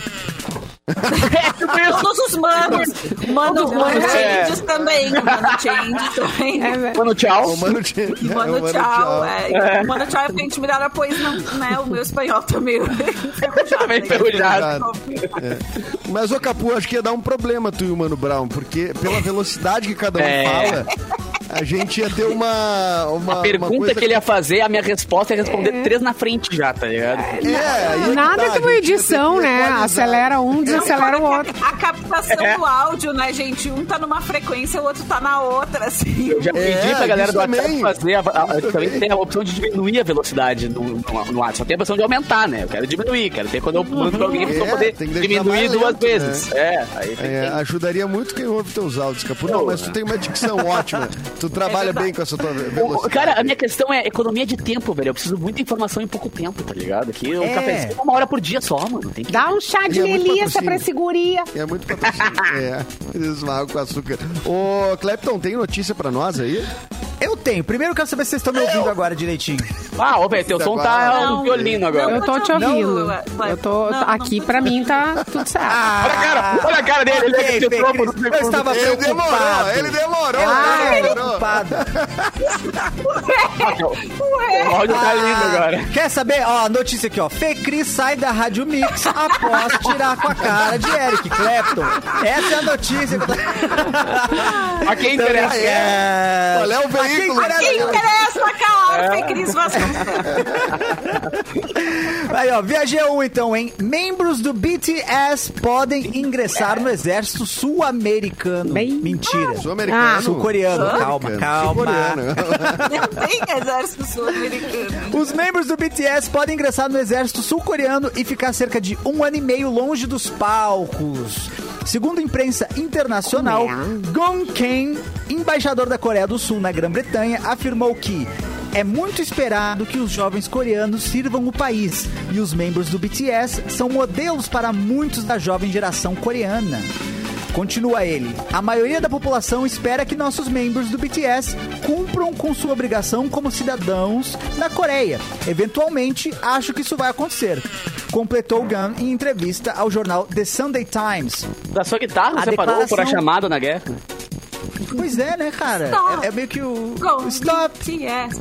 Todos os manos. Mano, Todos os mano manos. Changes também. [laughs] Mano Changes também. É, velho. Mano, tchau. O Mano, Ch- [laughs] é, o Mano, tchau. É. Mano, tchau, eu fiquei intimidada, pois não, né? O meu espanhol também. Tá Também né? enferrujado. Mas, ô Capu, acho que ia dar um problema tu e o Mano Brown, porque pela velocidade que cada um É. fala, a gente ia ter uma. uma A uma pergunta coisa... que ele ia fazer, a minha resposta é responder três na frente já, tá ligado? É, aí é que tá, Nada a que uma gente ia ter edição, que né? equalizar. Acelera um, desacelera o outro. É. A captação do áudio, né, gente? Um tá numa frequência, o outro tá na outra, assim. [laughs] Eu já É, pedi pra galera isso do WhatsApp também. fazer. A, a- a- Isso também também. tem a opção de diminuir a velocidade no, no, no WhatsApp. Só tem a opção de aumentar, né? Eu quero diminuir, quero ter quando eu mando pra alguém, eu vou É, poder tem que deixar diminuir mais duas lento, né? vezes. É, aí tem É, que. ajudaria muito quem ouve teus áudios, Capu. Não, Pô. mas tu tem uma dicção ótima. Tu trabalha bem com essa tua O- o- velocidade. Cara, a minha questão é economia de tempo, velho. Eu preciso de muita informação em pouco tempo, tá ligado? Que o É. cafezinho é uma hora por dia só, mano. Tem que... Dá um chá de Ele é muito melissa patrocínio. pra seguria. É muito patrocínio. é, eles esmarram com açúcar. Ô, Clepton, tem notícia pra nós aí? Eu tenho. Primeiro eu quero saber se vocês estão me ouvindo agora direitinho. Ah, ô, velho, teu som tá Não, um violino agora. não. Eu tô te Não, ouvindo. não, Eu tô. não, Aqui não. pra mim tá tudo certo. Olha a cara, olha a cara dele, ele Ok, é que Fê trocou no Ah, Cris, Eu estava preocupado. demorou, Ah, eu tava preocupado. Ué, O áudio tá lindo agora. Ah, Quer saber? Ó, a notícia aqui, ó. Fecris sai da Rádio Mix após tirar com a cara de Eric Clapton. Essa é a notícia. que eu tô- A quem interessa? É... Qual é o A quem veículo? que É. interessa? interessa, cara? Foi Cris Vasconcelos. [laughs] Aí, ó, viajei um então, hein? Membros do BTS podem ingressar no exército sul-americano. Bem- Mentira. Sou americano. Ah, Sul-coreano, calma, calma. Sul-coreano. Não tem exército sul-americano. Os membros do BTS podem ingressar no exército sul-coreano e ficar cerca de um ano e meio longe dos palcos. Segundo a imprensa internacional, Gong Kang, embaixador da Coreia do Sul na Grã-Bretanha, afirmou que É muito esperado que os jovens coreanos sirvam o país, e os membros do BTS são modelos para muitos da jovem geração coreana. Continua ele. A maioria da população espera que nossos membros do BTS cumpram com sua obrigação como cidadãos da Coreia. Eventualmente, acho que isso vai acontecer. Completou Gunn em entrevista ao jornal The Sunday Times. Da sua guitarra, A você parou por a declaração- chamada na guerra. Pois é, né, cara? Stop. É, é meio que o. [laughs] Go, Stop! BTS.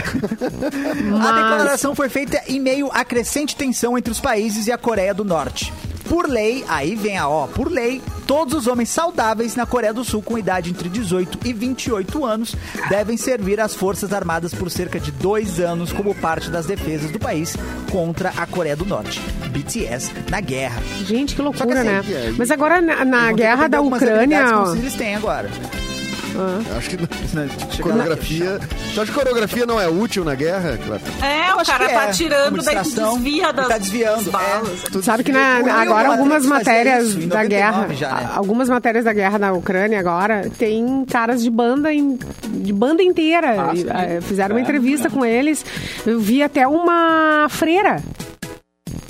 A Mas... declaração foi feita em meio à crescente tensão entre os países e a Coreia do Norte. Por lei, aí vem a ó, por lei, todos os homens saudáveis na Coreia do Sul com idade entre 18 e 28 anos devem servir às Forças Armadas por cerca de dois anos como parte das defesas do país contra a Coreia do Norte. BTS na guerra. Gente, que Só que loucura, assim, né? e aí? Mas agora na, na Vão ter que guerra aprender da algumas Ucrânia. habilidades ó, que eles têm agora. Acho que não- Né, Chega lá. coreografia. Tu acha que coreografia não é útil na guerra? Clara? É, Eu o acho cara que tá é, tirando, como daí tu distração, desvia das, tá desviando, das balas. assim. é. Tu Sabe que na- desvia. agora O algumas Madrid fazia matérias isso em da 99 guerra, já, né? a- algumas matérias da guerra na Ucrânia agora tem caras de banda em- de banda inteira. Ah, E, sim. eh, Fizeram uma entrevista com eles. Eu vi até uma freira.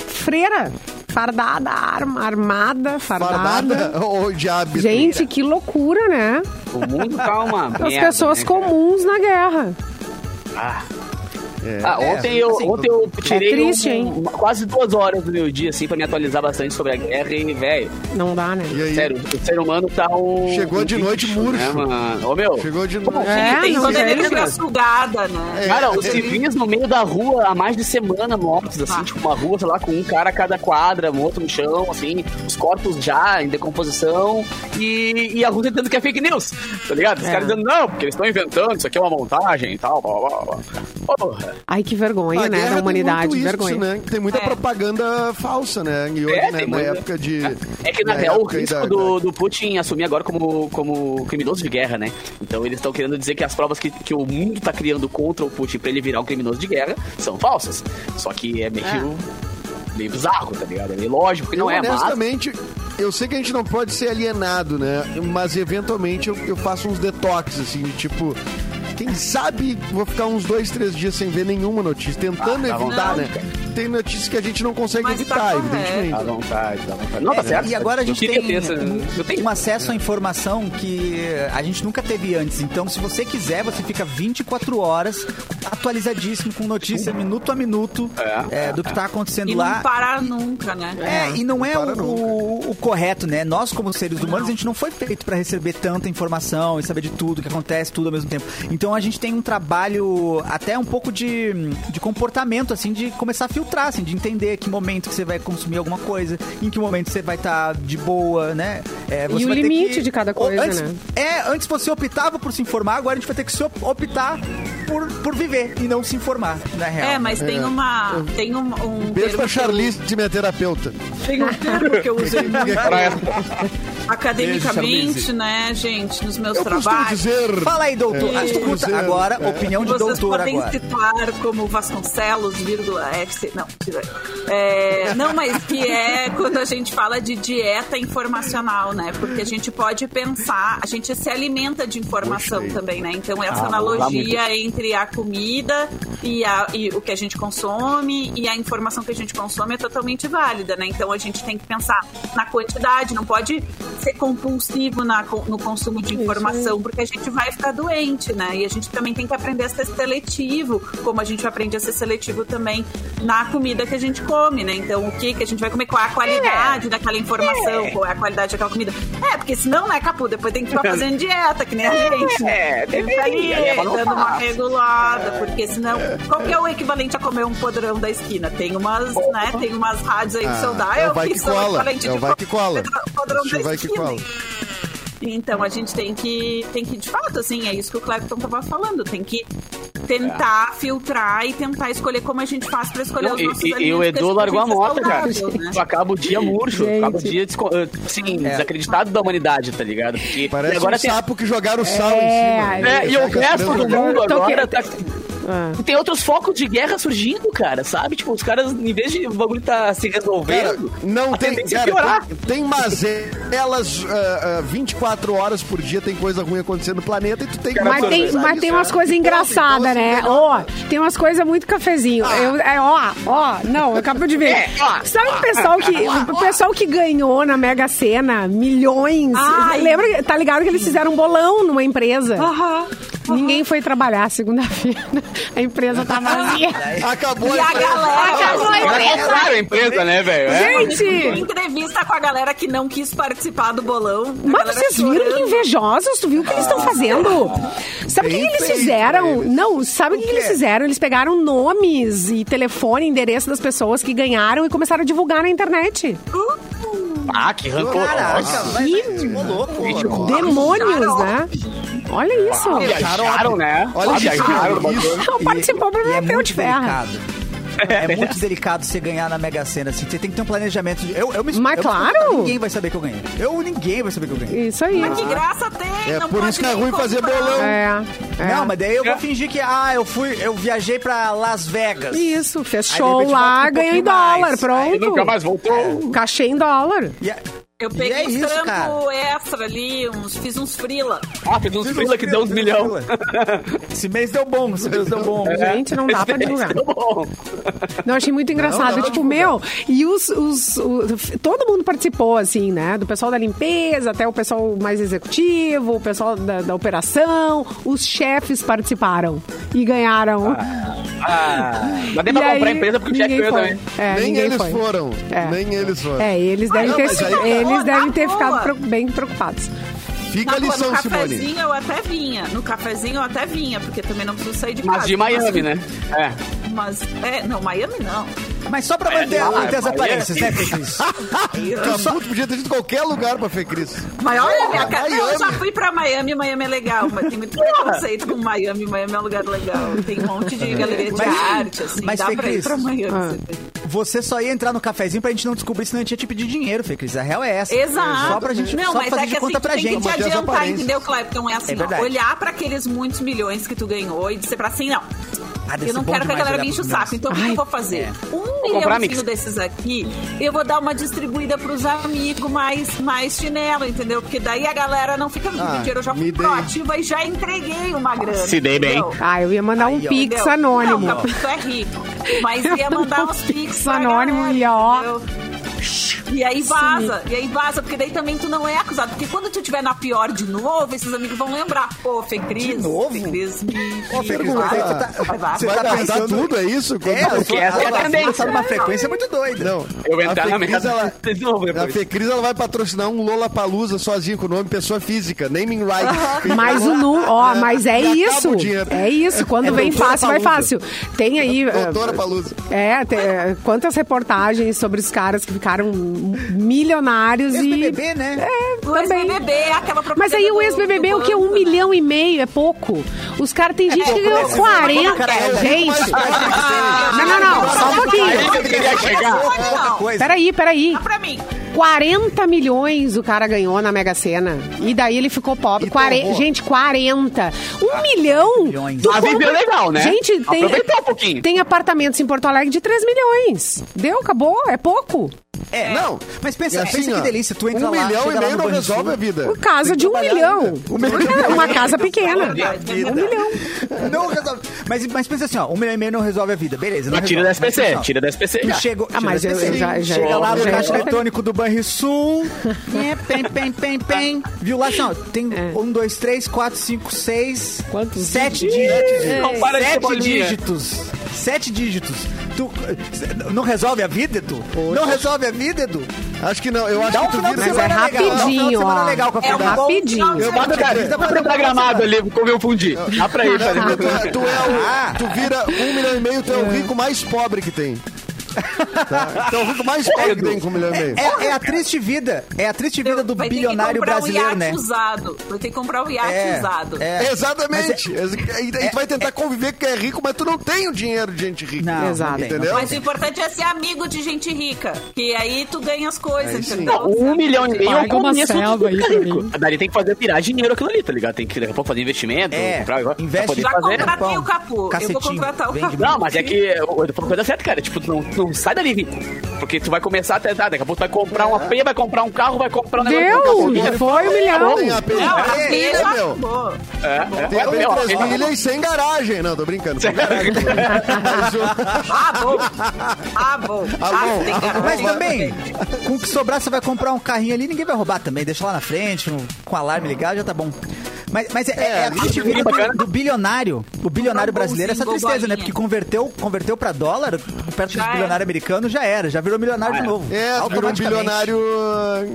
Freira fardada, arma- armada, fardada. Fardada [laughs] ou de hábito? Gente, que loucura, né? O mundo tá uma As merda, pessoas né, cara? comuns na guerra. É. Ah, ontem, eu, assim, ontem eu tirei é triste, um- hein? uma- quase duas horas do meu dia, assim, pra me atualizar bastante sobre a guerra e, velho, Não dá, né? E aí? sério, o ser humano tá um... Chegou um de noite bicho, murcho. Né, mano? Ô, meu, Chegou de como noite. assim É, que tem não isso Quando a sei, aí, energia é mano? sugada, né? É, Cara, os é, civis no meio da rua há mais de semana mortos, assim, Ah. tipo uma rua, sei lá, com um cara a cada quadra, morto no chão, assim, os corpos já em decomposição e, e a rua tentando que é fake news, tá ligado? Os É. caras dizendo, não, porque eles estão inventando, isso aqui é uma montagem e tal, blá, blá, blá. Porra, Ai, que vergonha, A né? guerra Da tem humanidade, muito isso, vergonha. né? Tem muita É. propaganda falsa, né? E hoje, É, né, tem na muita. época de... É que na na real o época aí risco da- do, do Putin assumir agora como, como criminoso de guerra, né? Então eles estão querendo dizer que as provas que, que o mundo tá criando contra o Putin pra ele virar um criminoso de guerra são falsas. Só que é meio, que um- meio bizarro, tá ligado? É meio lógico que não eu, é, mas. honestamente, eu sei que a gente não pode ser alienado, né? Mas eventualmente eu, eu faço uns detox, assim, de tipo. Quem sabe vou ficar uns dois, três dias sem ver nenhuma notícia, tentando Ah, tá evitar, bom. né? Tem notícia que a gente não consegue Mas evitar, tá correto. evidentemente. vontade, dá vontade. Não, tá É, certo. E agora a Eu gente queria tem ter essa- eu tenho- um acesso à informação que a gente nunca teve antes. Então, se você quiser, você fica 24 horas atualizadíssimo com notícia minuto a minuto É. é, do que está acontecendo E não lá. parar nunca, né? É, e não é para o, o- o correto, né? Nós, como seres humanos, a gente não foi feito pra receber tanta informação e saber de tudo que acontece, tudo ao mesmo tempo. Então a gente tem um trabalho até um pouco de, de comportamento, assim, de começar a filtrar, assim, de entender que momento que você vai consumir alguma coisa, em que momento você vai estar de boa, né? É, E o vai ter limite de cada ou coisa, antes- né? É, antes você optava por se informar, agora a gente vai ter que se op- optar por, por viver e não se informar, na real. É, mas tem uma. Tem um. Beijo pra um termo que eu- Charlize, de minha [laughs] terapeuta. Tem um termo que eu uso muito Beijo, academicamente, né, gente, nos meus Eu costumo trabalhos. dizer. Fala aí, doutor. É. Escuta agora, opinião de Vocês doutor podem agora. citar como Vasconcelos, vírgula, FC. Não, tira. É, não, mas que é quando a gente fala de dieta informacional, né? Porque a gente pode pensar, a gente se alimenta de informação Gostei. também, né? Então, essa Ah, analogia entre a comida e, a- e o que a gente consome e a informação que a gente consome é totalmente válida, né? Então, a gente tem que pensar na quantidade, não pode ser compulsivo na co- no consumo de informação, porque a gente vai ficar doente, né? E a gente também tem que aprender a ser seletivo, como a gente aprende a ser seletivo também na comida que a gente come, né? Então, o que que a gente vai comer, qual é a qualidade daquela informação, qual é a qualidade daquela comida. É, porque senão, né, Capu, depois tem que ficar fazendo dieta, que nem a gente, né? É, Tem que ficar ali, deveria, mas não dando uma faço. regulada, É. porque senão, qual que é o equivalente a comer um podrão da esquina? Tem umas, né, tem umas rádios aí Ah, que são da... é o eu vai que sou cola, equivalente é o de vai que cola. Podrão Assistiu da Vai que esquina, cola. então a gente tem que, tem que, de fato, assim, é isso que o Clapton tava falando, tem que tentar filtrar e tentar escolher como a gente faz pra escolher É. Não, os e, nossos e- e o alimentos que Edu gente largou a seja moto, cara. saudável, né? Tu acaba o dia murcho, Gente. acaba o dia desco- eh, assim, desacreditado da humanidade, tá ligado? Porque e Parece agora um tem. sapo que jogaram sal É, Né? em cima. É, e o resto do mundo Tô agora querendo- tá. E tem outros focos de guerra surgindo, cara, sabe? Tipo, os caras, em vez de o bagulho tá se Cara, resolvendo, não a tem, tendência é cara, piorar. tem, tem mazelas ah, ah, 24 horas por dia, tem coisa ruim acontecendo no planeta e tu tem que Mas absorver tem, isso, mas tem umas né? coisas engraçadas, né? Então, Ó, tem umas coisas muito cafezinho. Eu, é, ó, ó, não, eu acabo de ver. Sabe o pessoal que, o pessoal que ganhou na Mega Sena milhões? Ai. Lembra, que- tá ligado que eles fizeram um bolão numa empresa? Aham. Ninguém foi trabalhar segunda-feira. [laughs] A empresa tá vazia. assim, Acabou E a empresa. galera. Acabou a empresa. Claro, a empresa, né, velho? É. Gente! Entrevista com a galera que não quis participar do bolão. A Mas Tá galera vocês viram que chorando. invejosos? Tu viu o que eles Ah, estão fazendo? Sabe o que, que Bem eles feito né? fizeram? eles. Não, sabe o que, que eles fizeram? Eles pegaram nomes e telefone, endereço das pessoas que ganharam e começaram a divulgar na internet. Ah, que rancor. Caraca, Nossa. vai, Que demônios, Claro. né? Olha isso. Viajaram, né? Olha Olha, viajaram. isso. bagulho. Não participou pra E é meter o muito de ferro. [laughs] delicado. É muito delicado você ganhar na Mega Sena, assim. Você tem que ter um planejamento. de- Eu, eu me Mas eu me claro! escondo, Ninguém vai saber que eu ganhei. Eu, ninguém vai saber que eu ganhei. Isso aí. Mas que graça tem. É não por pode isso que é nem ruim fazer comprar. bolão. É, é. Não, mas daí eu vou fingir que, ah, eu fui, eu viajei pra Las Vegas. Isso, fez Aí, de show repente, lá, volta um ganhei pouquinho dólar, mais. Ele nunca pronto. mais voltou. Cachê em dólar. E a- Eu E é peguei uns isso, trampo cara. extra ali, uns, fiz uns frila. Ah, fez uns frila que deu uns Fiz milhão. [laughs] frila. Esse mês deu bom, esse mês deu bom. Gente, não dá pra divulgar. Tá bom. Não, achei muito engraçado. tipo, meu, e os, os, o- Todo mundo participou, assim, né? Do pessoal da limpeza, até o pessoal mais executivo, o pessoal da, da operação. Os chefes participaram e ganharam. Ah, mas E nem pra aí, comprar a empresa porque o chefe ninguém ganhou foi. também. É, Nem ninguém eles foi. foram. É. Nem eles foram. É, eles devem não, ter, mas sido- aí- é eles Boa, devem na ter boa. ficado pro- bem preocupados. Fica a Na- lição, no cafezinho Simone. eu até vinha. No cafezinho eu até vinha, porque também não preciso sair de casa. Mas de Miami, né? É. Mas, é, não, Miami não. É. Ah, Mas só pra manter, lá, manter as mas aparências, é né, Cris? Tá Caputo podia ter ido qualquer lugar pra Fê Cris. Mas olha, é minha cara, não, eu já Miami. fui pra Miami, Miami é legal, mas [laughs] tem muito preconceito com Miami, Miami é um lugar legal. Tem um monte É. de galeria de Mas- arte, assim, mas, dá Fê pra Cris, ir pra Miami. Ah. você vê. Você só ia entrar no cafezinho pra gente não descobrir, senão a gente ia te pedir dinheiro, Fê Cris. A real é essa. Exato. Só pra gente não, só mas fazer é que de assim, conta tu pra tem gente. que te Manter as adiantar, aparências. entendeu, Clapton? É É assim, ó, verdade. olhar pra aqueles muitos milhões que tu ganhou e dizer pra assim, não, Ah, deve eu não ser bom quero que a demais galera olhar é. me enche o pros saco. Então, o que eu vou fazer? Um comprar milhãozinho mix. desses aqui, eu vou dar uma distribuída pros amigos mais, mais chinelo, entendeu? Porque daí a galera não fica me Ah, pedindo dinheiro. Eu já me fui dei. proativa e já entreguei uma grana. Se dei bem. entendeu? Ah, eu ia mandar um Aí, ó. pix Entendeu? anônimo. tá Não, Caputo é rico. Mas ia Eu mandar não uns fiz pix pra anônimo galera, e ó. entendeu? E aí vaza, e aí vaza, porque daí também tu não é acusado. Porque quando tu tiver na pior de novo, esses amigos vão lembrar. Pô, Fê Cris. De novo? Fê Cris me. Ô, Fê Cris, me- mas aí tu vaza, tá- vaza. você Vai tá gastar pensando- tudo, é isso? É, Quando- porque essa é a Ela tendência. tá numa frequência muito doida. Não. Eu entrar a na Fê Cris, merda ela- né? [laughs] de novo A depois. Fecris ela vai patrocinar um Lola Palusa sozinho com o nome pessoa física, [laughs] naming rights. Mas o nu, ó, mas é E acaba isso. o dinheiro. É isso. Quando É vem doutora fácil, vai Palusa. fácil. Tem aí. eh, Doutora Palusa. É, te- é, quantas reportagens sobre os caras que ficaram milionários e. Ex-BBB, né? É, O também. ex-BBB é aquela propaganda. Mas aí o do- ex-BBB, do o que? Um banco, né? milhão e meio é pouco. Os caras, tem gente que pouco, ganhou né? 40. Cara, é o rico mais gente. Não, não, não. Só um pouquinho. Ele queria chegar. Olha, Outra não. coisa. Peraí, peraí. Dá pra mim. 40 milhões o cara ganhou na Mega Sena. E daí ele ficou pobre. E Quare- torrou. Gente, 40. Um milhão. milhões. Tu Mas compra- viveu legal, né? Gente, tem, Aproveitar um pouquinho. tem apartamentos em Porto Alegre de 3 milhões. Deu, acabou, é pouco. É. Não. Mas E pensa, assim, pensa ó, que delícia. Tu entra um lá, milhão chega e lá meio no não Banrisul. resolve a vida. Por causa Tem que de um trabalhar milhão. ainda. Um milhão. É, Uma casa pequena. Um milhão. [laughs] Não resolve. Mas, mas pensa assim, ó, um milhão e meio não resolve a vida. Beleza, não Mas tira da resolve. SPC, pensa assim, ó, tira da SPC. Tu já. chegou, Ah, mas tira da eu- eu SPC, já- já- chega lá no já- caixa já- eletrônico do Banrisul. é, pem, pem, pem, pem. Viu lá assim, ó, tem um, dois, três, quatro, cinco, seis. Quantos Sete dígitos? dígitos. Não para de ser Sete bolinha. dígitos. Sete dígitos. Tu eh, não resolve a vida, Edu? Não resolve a vida, Edu? Acho que não. Eu acho Dá um que tu final de vive- Mas é semana legal. Dá um final de rapidinho, semana ó. legal com a É Fernanda. rapidinho. Eu bato, cara. Dá pra Tá programado ali, comer um fundi. Dá pra Não, ir, fazer. tu, tu é o, Ah. É. tu vira um milhão e meio, tu é o rico mais pobre que tem. Tá? Então eu fico mais pobre que tem com um milhão e meio. É, é a triste vida. É a triste vida do vai ter que bilionário comprar brasileiro, um né? iate usado. Vai ter que comprar um iate É, usado. é. Exatamente. e daí tu vai tentar conviver com quem é rico, mas tu não tem o dinheiro de gente rica. Não, Exato. Entendeu? Mas o importante é ser amigo de gente rica. Que aí tu ganha as Aí coisas, sim. entendeu? Não, [laughs] um milhão e meio é o Paga uma começo selva do aí pra mim. rico. Daí tem que fazer virar dinheiro aquilo ali, tá ligado? Tem que daqui a pouco fazer investimento, É, comprar igual, pra investe- poder Já fazer. né? contratei Pão, o capu. Eu cacetinho, vou contratar o vende capu. Não, mas é que eu eu tô falando coisa certa, cara. Tipo, tu não, tu não sai dali rico. Porque tu vai começar a tentar, daqui a pouco tu vai comprar uma feia, vai comprar um carro, vai comprar um Deu! daqui a pouco- Foi um milhão. Tem a Não, pena, a é, vida meu. acabou. Tem É, a ó, três ele- milhas e sem garagem. Não, tô brincando. Sem garagem. Mas o- Ah, bom. Ah, bom. Ah, bom. tem garagem. Mas também, com o que sobrar, você vai comprar um carrinho ali, ninguém vai roubar também. Deixa lá na frente, um- com alarme ligado, já tá bom. Mas, mas é, é a triste vida do, do bilionário. O bilionário um brasileiro é essa golzinho, tristeza, né? bolinha. Porque converteu, converteu pra dólar, perto Já do era. bilionário americano, já era. Já virou milionário de novo. É, tu virou um Automaticamente. bilionário,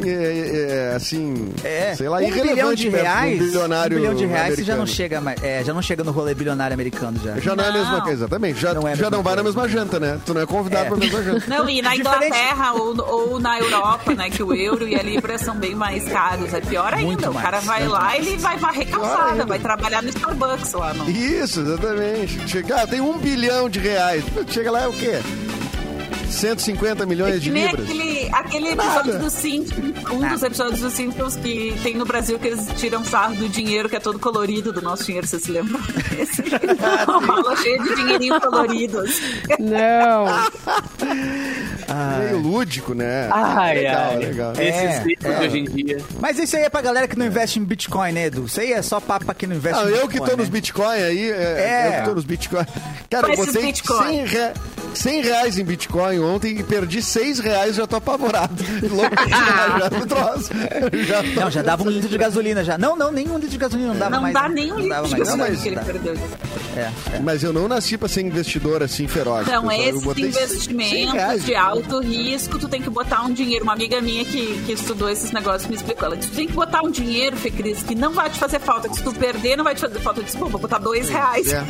é, é, assim, É, sei lá, um irrelevante. bilhão de perto de um reais, bilionário um bilhão de reais você já não americano. chega mais, é, já não chega no rolê bilionário americano já. Já não é a mesma coisa, exatamente. Já Não não, é a já mesma não vai na mesma janta, né? Tu não é convidado É. pra mesma janta. [laughs] Não, e na Diferente- Inglaterra ou, ou na Europa, né? Que o euro e a libra são bem mais caros. É pior ainda. Muito o mais, cara vai muito lá mais. e ele vai varrer calçada. Vai trabalhar no Starbucks lá. Não. Isso, exatamente. Chega, ah, tem um bilhão de reais. Chega lá é o quê? 150 É milhões de Que nem libras. aquele, aquele Nada. episódio do Simpsons, um dos episódios dos Simpsons que tem no Brasil que eles tiram sarro do dinheiro que é todo colorido do nosso dinheiro, vocês se lembram? Esse Fala cheio de dinheirinho colorido. assim. Não. Meio lúdico, né? Ai, legal, ai. legal. É, Esses ricos de hoje em dia. Mas isso aí é pra galera que não investe em Bitcoin, né, Edu? Isso aí é só papo pra quem não investe Não, em eu que Bitcoin, tô nos né? Bitcoin aí, é, É. eu que tô nos Bitcoin. [laughs] Cara, eu Faz esses botei Bitcoin. 100, re- 100 reais em Bitcoin ontem e perdi 6 reais já tô apavorado. [laughs] Louco, já [laughs] do Um troço. Já [laughs] tô... Não, já dava um litro de gasolina já. Não, não, nenhum litro de gasolina não dava Não mais. dá né? nem um Não tá. dava litro de mais, não, gasolina mas que ele dá. perdeu. É, é. Mas eu não nasci pra ser investidor assim feroz. Então, pessoal. Eu esses botei 100 investimentos reais. de alto risco, tu tem que botar um dinheiro. Uma amiga minha que, que estudou esses negócios me explicou. Ela disse, tu tem que botar um dinheiro, Fê Cris, que não vai te fazer falta. Que se tu perder, não vai te fazer falta. Eu disse, pô, vou botar dois reais. [laughs] é.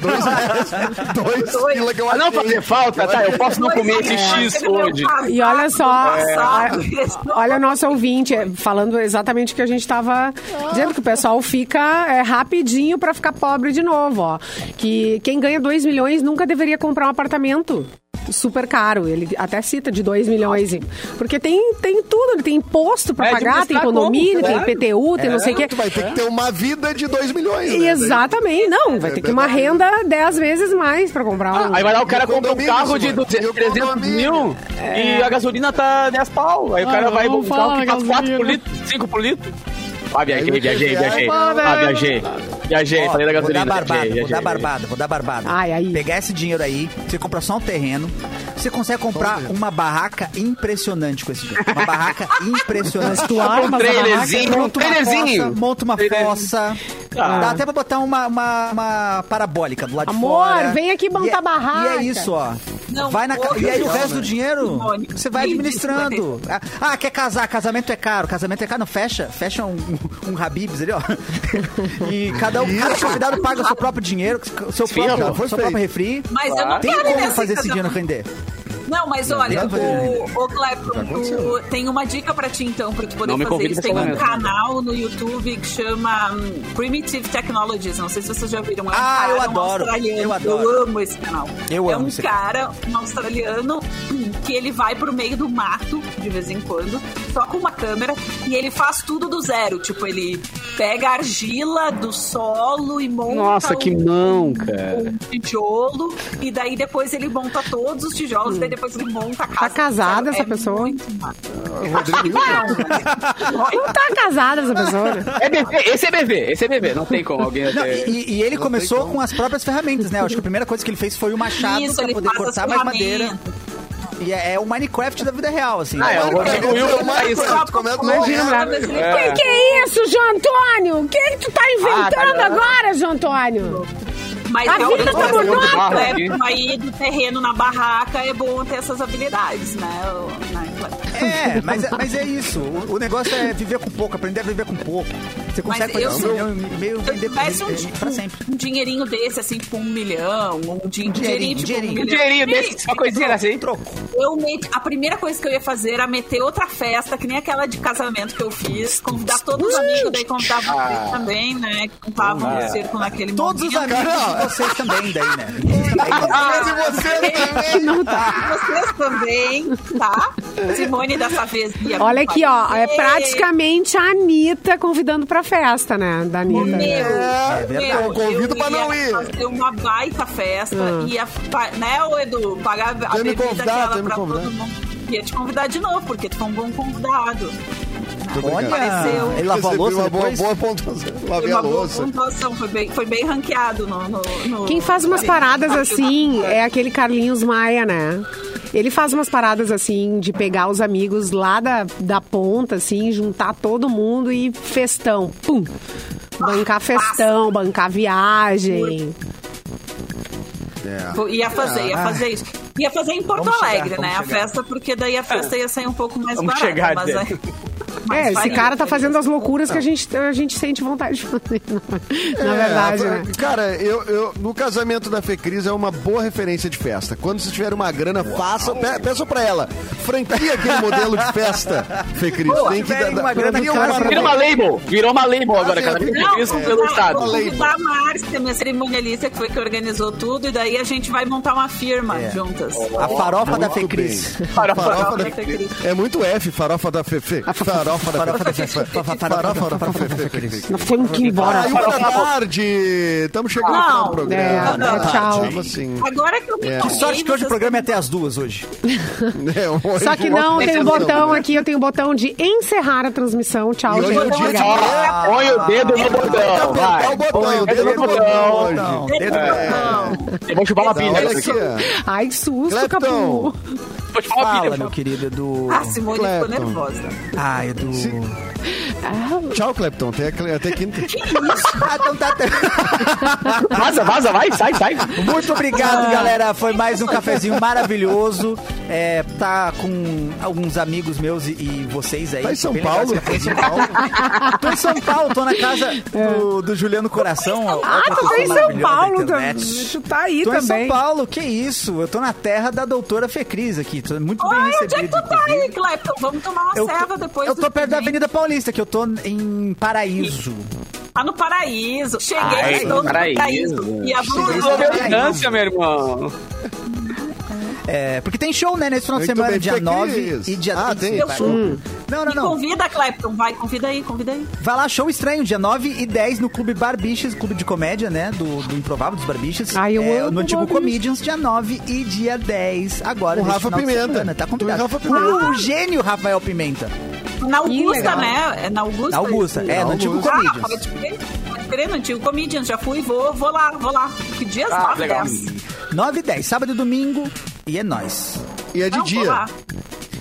dois reais. Dois Dois. pila que eu Ah, não achei. fazer falta, tá? Eu posso não Dois comer esse reais, X É. meu hoje. casaco E olha só, do passado, é, esse a- olha o nosso ouvinte é, falando exatamente o que a gente estava dizendo, que o pessoal fica é, rapidinho para ficar pobre de novo, ó. Que quem ganha 2 milhões nunca deveria comprar um apartamento super caro. Ele até cita de 2 milhões. em- Porque tem, tem tudo, né? tem imposto para É, pagar, tem administrar como, condomínio, claro. tem PTU, tem não sei o quê. É, Tu vai ter que ter uma vida de 2 milhões. né? Exatamente, não, vai ter que uma renda 10 vezes mais para comprar Ah, um. Aí vai lá, o cara E o compra um condomínio, carro de mano. 200, E o 300 mil condomínio. e a gasolina tá 10 pau. Aí o Ah, cara vai não um carro fala que faz 4 por gasolina. litro, 5 por litro. Ah, viajei, Aí viajei, eu- viajei. Ah, viajei. Viajei, Ó, falei da vou gasolina. dar barbada, viajei, vou dar viajei. barbada, vou dar barbada. Ai, aí. Pegar esse dinheiro aí, você compra só um terreno, você consegue comprar uma barraca impressionante com esse dinheiro. Uma [laughs] barraca impressionante. tu armas a trailerzinho. barraca? Monta uma Trailerzinho. fossa, monta uma Trailerzinho. fossa. Ah. Dá até pra botar uma, uma, uma parabólica do lado Amor, de fora. vem aqui montar E é- barraca. E é isso, ó. Não vai na ca- vou, E aí o não, resto do né? dinheiro, Mônica, você vai me administrando. Ah, quer casar, casamento é caro, casamento é caro. Não, fecha, fecha um, um Habibs ali, ó. E cada, um, cada convidado paga o seu próprio dinheiro, seu já foi próprio, seu feito. próprio refri. Mas eu não Tem quero como nesse fazer esse casamento. dinheiro render. Não, mas olha, não vai fazer o, o Clepton, tu- tem uma dica pra ti então, pra tu poder Não me fazer convida isso. pra Tem um casamento. canal no YouTube que chama hum, Primitive Technologies. Não sei se vocês já viram. É um Ah, cara, eu um adoro, australiano. eu adoro. Eu amo esse canal. Eu é amo um esse cara, um australiano, [clears throat] que ele vai pro meio do mato de vez em quando, só com uma câmera, e ele faz tudo do zero. Tipo, ele pega a argila do solo e monta. Nossa, que um- mão, cara. um tijolo e daí depois ele monta todos os tijolos e daí depois ele monta a casa. Tá casada Sabe? essa É pessoa? muito massa. Rodrigo, Não tá casada essa pessoa. né? É bebê, esse é bebê, esse é bebê. Não tem como alguém. Não, ter- e, e ele começou com as próprias ferramentas, né? Eu acho que a primeira coisa que ele fez foi o machado Isso, pra ele poder faz as cortar mais madeira. ferramentas. E é, é o Minecraft da vida real, assim. Ah, é, o Rodrigo Rodrigo Wilco Wilco, tá isso. Wilco, tu começa no Imagina, lugar, Sabe? bravo. Ele É. fez Que que é isso, João Antônio? O que, que tu tá inventando tá agora, João Antônio? É. Mas A realmente, vida tá essa bonita. coisa do Barro Clepton aqui. aí do terreno na barraca é bom ter essas habilidades, né? o- né, Clepton? É, mas, é- mas é isso. O, o negócio é viver com pouco, aprender a viver com pouco. Você Mas consegue fazer eu um sou- milhão e meio Se eu vender tivesse um, vender pra sempre. um dinheirinho desse, assim, tipo um milhão, ou um din- Dinheirinho, dinheirinho, tipo dinheirinho. um milhão. Dinheirinho desse, uma coisinha assim. Troco. Eu met- a primeira coisa que eu ia fazer era meter outra festa, que nem aquela de casamento que eu fiz, convidar todos os amigos, daí convidava vocês também, né? Que contavam o circo naquele Todos os momento. Cara, amigos Tá de vocês também, daí, né? Vocês também. Ah, você também. Vocês também, tá? Simone dessa vez ia Olha me aqui, ó. É aparecer. praticamente a Anitta convidando pra festa, né? Da Meu, Anitta. verdade. meu, Eu É convido pra não ia ir. Fazer uma baita festa. Ah. Ia, pa- né, ô Edu? Pagar a Quer me bebida convidar, aquela quer me pra convidar. todo mundo. Ia te convidar de novo, porque tu foi um bom convidado. Apareceu. Olha, ele lavou a Recebi louça uma boa, depois. boa pontuação. Foi Lavei a uma boa louça. pontuação, foi bem, foi bem ranqueado no, no- no- Ah, Quem faz umas sabe? paradas assim é aquele Carlinhos Maia, né? Ele faz umas paradas assim de pegar os amigos lá da, da ponta, assim, juntar todo mundo e festão. Pum! Bancar festão, bancar viagem. É. Vou- Ia fazer, ia fazer isso. Ia fazer em Porto Vamos chegar, Alegre, vamos né? A chegar. festa, porque daí a festa ia sair um pouco mais Vamos barata. chegar, mas Zé. aí- mas É, esse faria. cara tá fazendo as loucuras que a gente, a gente sente vontade de fazer, [laughs] na- na É, verdade, a- né? Cara, eu, eu- no casamento da Fecris é uma boa referência de festa. Quando vocês tiverem uma grana, faça, pe- peça pra ela. Franquia aquele modelo de festa, Fecris. Tem que tiverem uma grana, cria cara, Virou uma label. Virou uma label agora, cara. Não, Isso vou pelo convidar- Estado. Vou Falei. convidar é a Márcia, minha cerimonialista, que foi que organizou tudo, e daí a gente vai montar uma firma É. juntas. A farofa da Muito Fecris. Farofa, da da Fecris. Fecris. É muito F, farofa da Fefe. Farofa da Farofa da Fecris. Fecris. Farofa da Fecris. Nós temos né? um que ir embora. Aí, uma da tarde. Estamos chegando no final do Não. programa. É, Boa tarde. tchau. Vamos assim. Agora que eu me É. Que sorte que hoje o vocês- programa é até as duas hoje. É, hoje Só que o não, outro tem um programa, botão né? aqui, eu tenho o botão de encerrar a transmissão. Tchau, E hoje é o gente. dia de Obrigada. Põe o dedo no botão. Vai. apertar Tá o botão. Põe O dedo no botão É. hoje. Dentro Eu vou chupar uma Tá, pilha. Olha aqui. aqui, ó. Ai, que susto, Clepton. Capu. Vou chupar uma pilha. Fala, meu querido Edu. Ah, Simone ficou Clapton. nervosa. Ah, Edu. Tchau, Clepton. Até, até quinta. Ah, então tá. Vaza, vaza, vai, sai, sai. Muito Ah. obrigado, galera. Foi mais um cafezinho maravilhoso. É, tá com alguns amigos meus e, e vocês aí. Tá em São Bem legal Paulo? esse café em São Paulo. tô em São Paulo, tô na casa do, do Juliano Coração. É. Ah, tu tá em São Paulo, também. tu- tu tá aí Tô é em São também. Paulo, que isso? Eu tô na terra da doutora Fecris aqui. Tô muito bem Ai, onde é que recebido. tu tá inclusive. aí, Clepton? Vamos tomar uma Eu serva tô, depois. eu do tô perto da também. Avenida Paulista, que eu tô em Paraíso. Tá no paraíso. Cheguei, Ai, estou no paraíso. paraíso. E a Bruna Resolveu a distância, meu irmão. É, porque tem show, né, nesse final de Muito semana, bem, dia Fecris. 9 e dia Ah, 15. tem Eu isso. sou. Não, não, Me não. convida, Clepton. Vai, convida aí, convida aí. Vai lá, show estranho, dia 9 e 10 no Clube Barbichas, clube de comédia, né? Do, do Improvável dos Barbichas. Ai, eu é, amo No antigo Barbichas. Comedians, dia 9 e dia 10. Agora, Com nesse Rafa final de Pimenta. semana, Tá Tu e convidado. Rafa Pimenta. O gênio Rafael Pimenta. Na Augusta, legal. né? É na Augusta. Na Augusta. isso? É, no antigo Augusta. Ah, Comedians. pode crer. Pode crer, no antigo Comedians. Já fui, vou, vou lá, vou lá. Que dias? Ah, Nove, legal. dez. 9 e 10, sábado e domingo. E é nóis. E é de Não, vou dia. lá.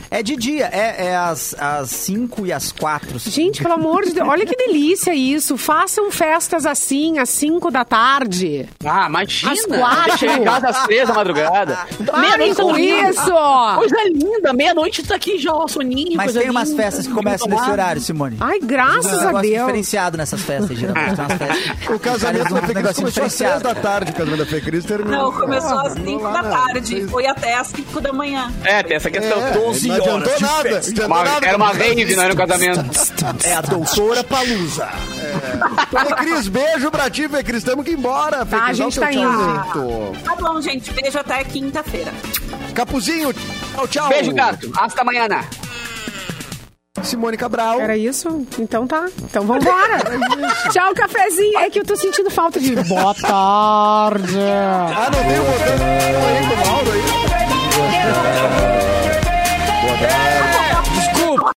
É de dia, é, é às, às 5 e às 4. Gente, pelo amor de Deus, olha que delícia isso. Façam festas assim, às 5 da tarde. Ah, imagina. Às quatro. Deixa em casa às três da madrugada. Parem com correndo. isso! Coisa linda, meia-noite tu tá aqui já, ó, soninho. Mas coisa tem umas linda. festas que começam nesse horário, Simone. Ai, Tem um graças a negócio Deus. diferenciado nessas festas, geralmente. Tem umas festas- O casamento Cara, da um Fecris negócio começou às seis diferenciado. da tarde. O casamento da Fecris terminou. Não, começou Ah, às terminou 5 lá da na- tarde. seis- Foi até às 5 da manhã. É, tem essa questão. É, 12 não horas. adiantou de nada, festa. adiantou Uma- nada. era uma rave, não era [laughs] um casamento. É a doutora Palusa. Fecris, É. beijo pra ti, Fecris. Tamo que ir Tá, embora. Fecris, a dá o gente teu tá tchauzinho. Tá bom, gente. Beijo até quinta-feira. Capuzinho, tchau, tchau. Beijo, gato. Hasta amanhã. Simone Cabral. Era isso? Então tá. Então vambora. [laughs] Tchau, cafezinho. É que eu tô sentindo falta [laughs] de... Boa tarde. Ah, não tem o botão aí do Mauro aí? Boa tarde.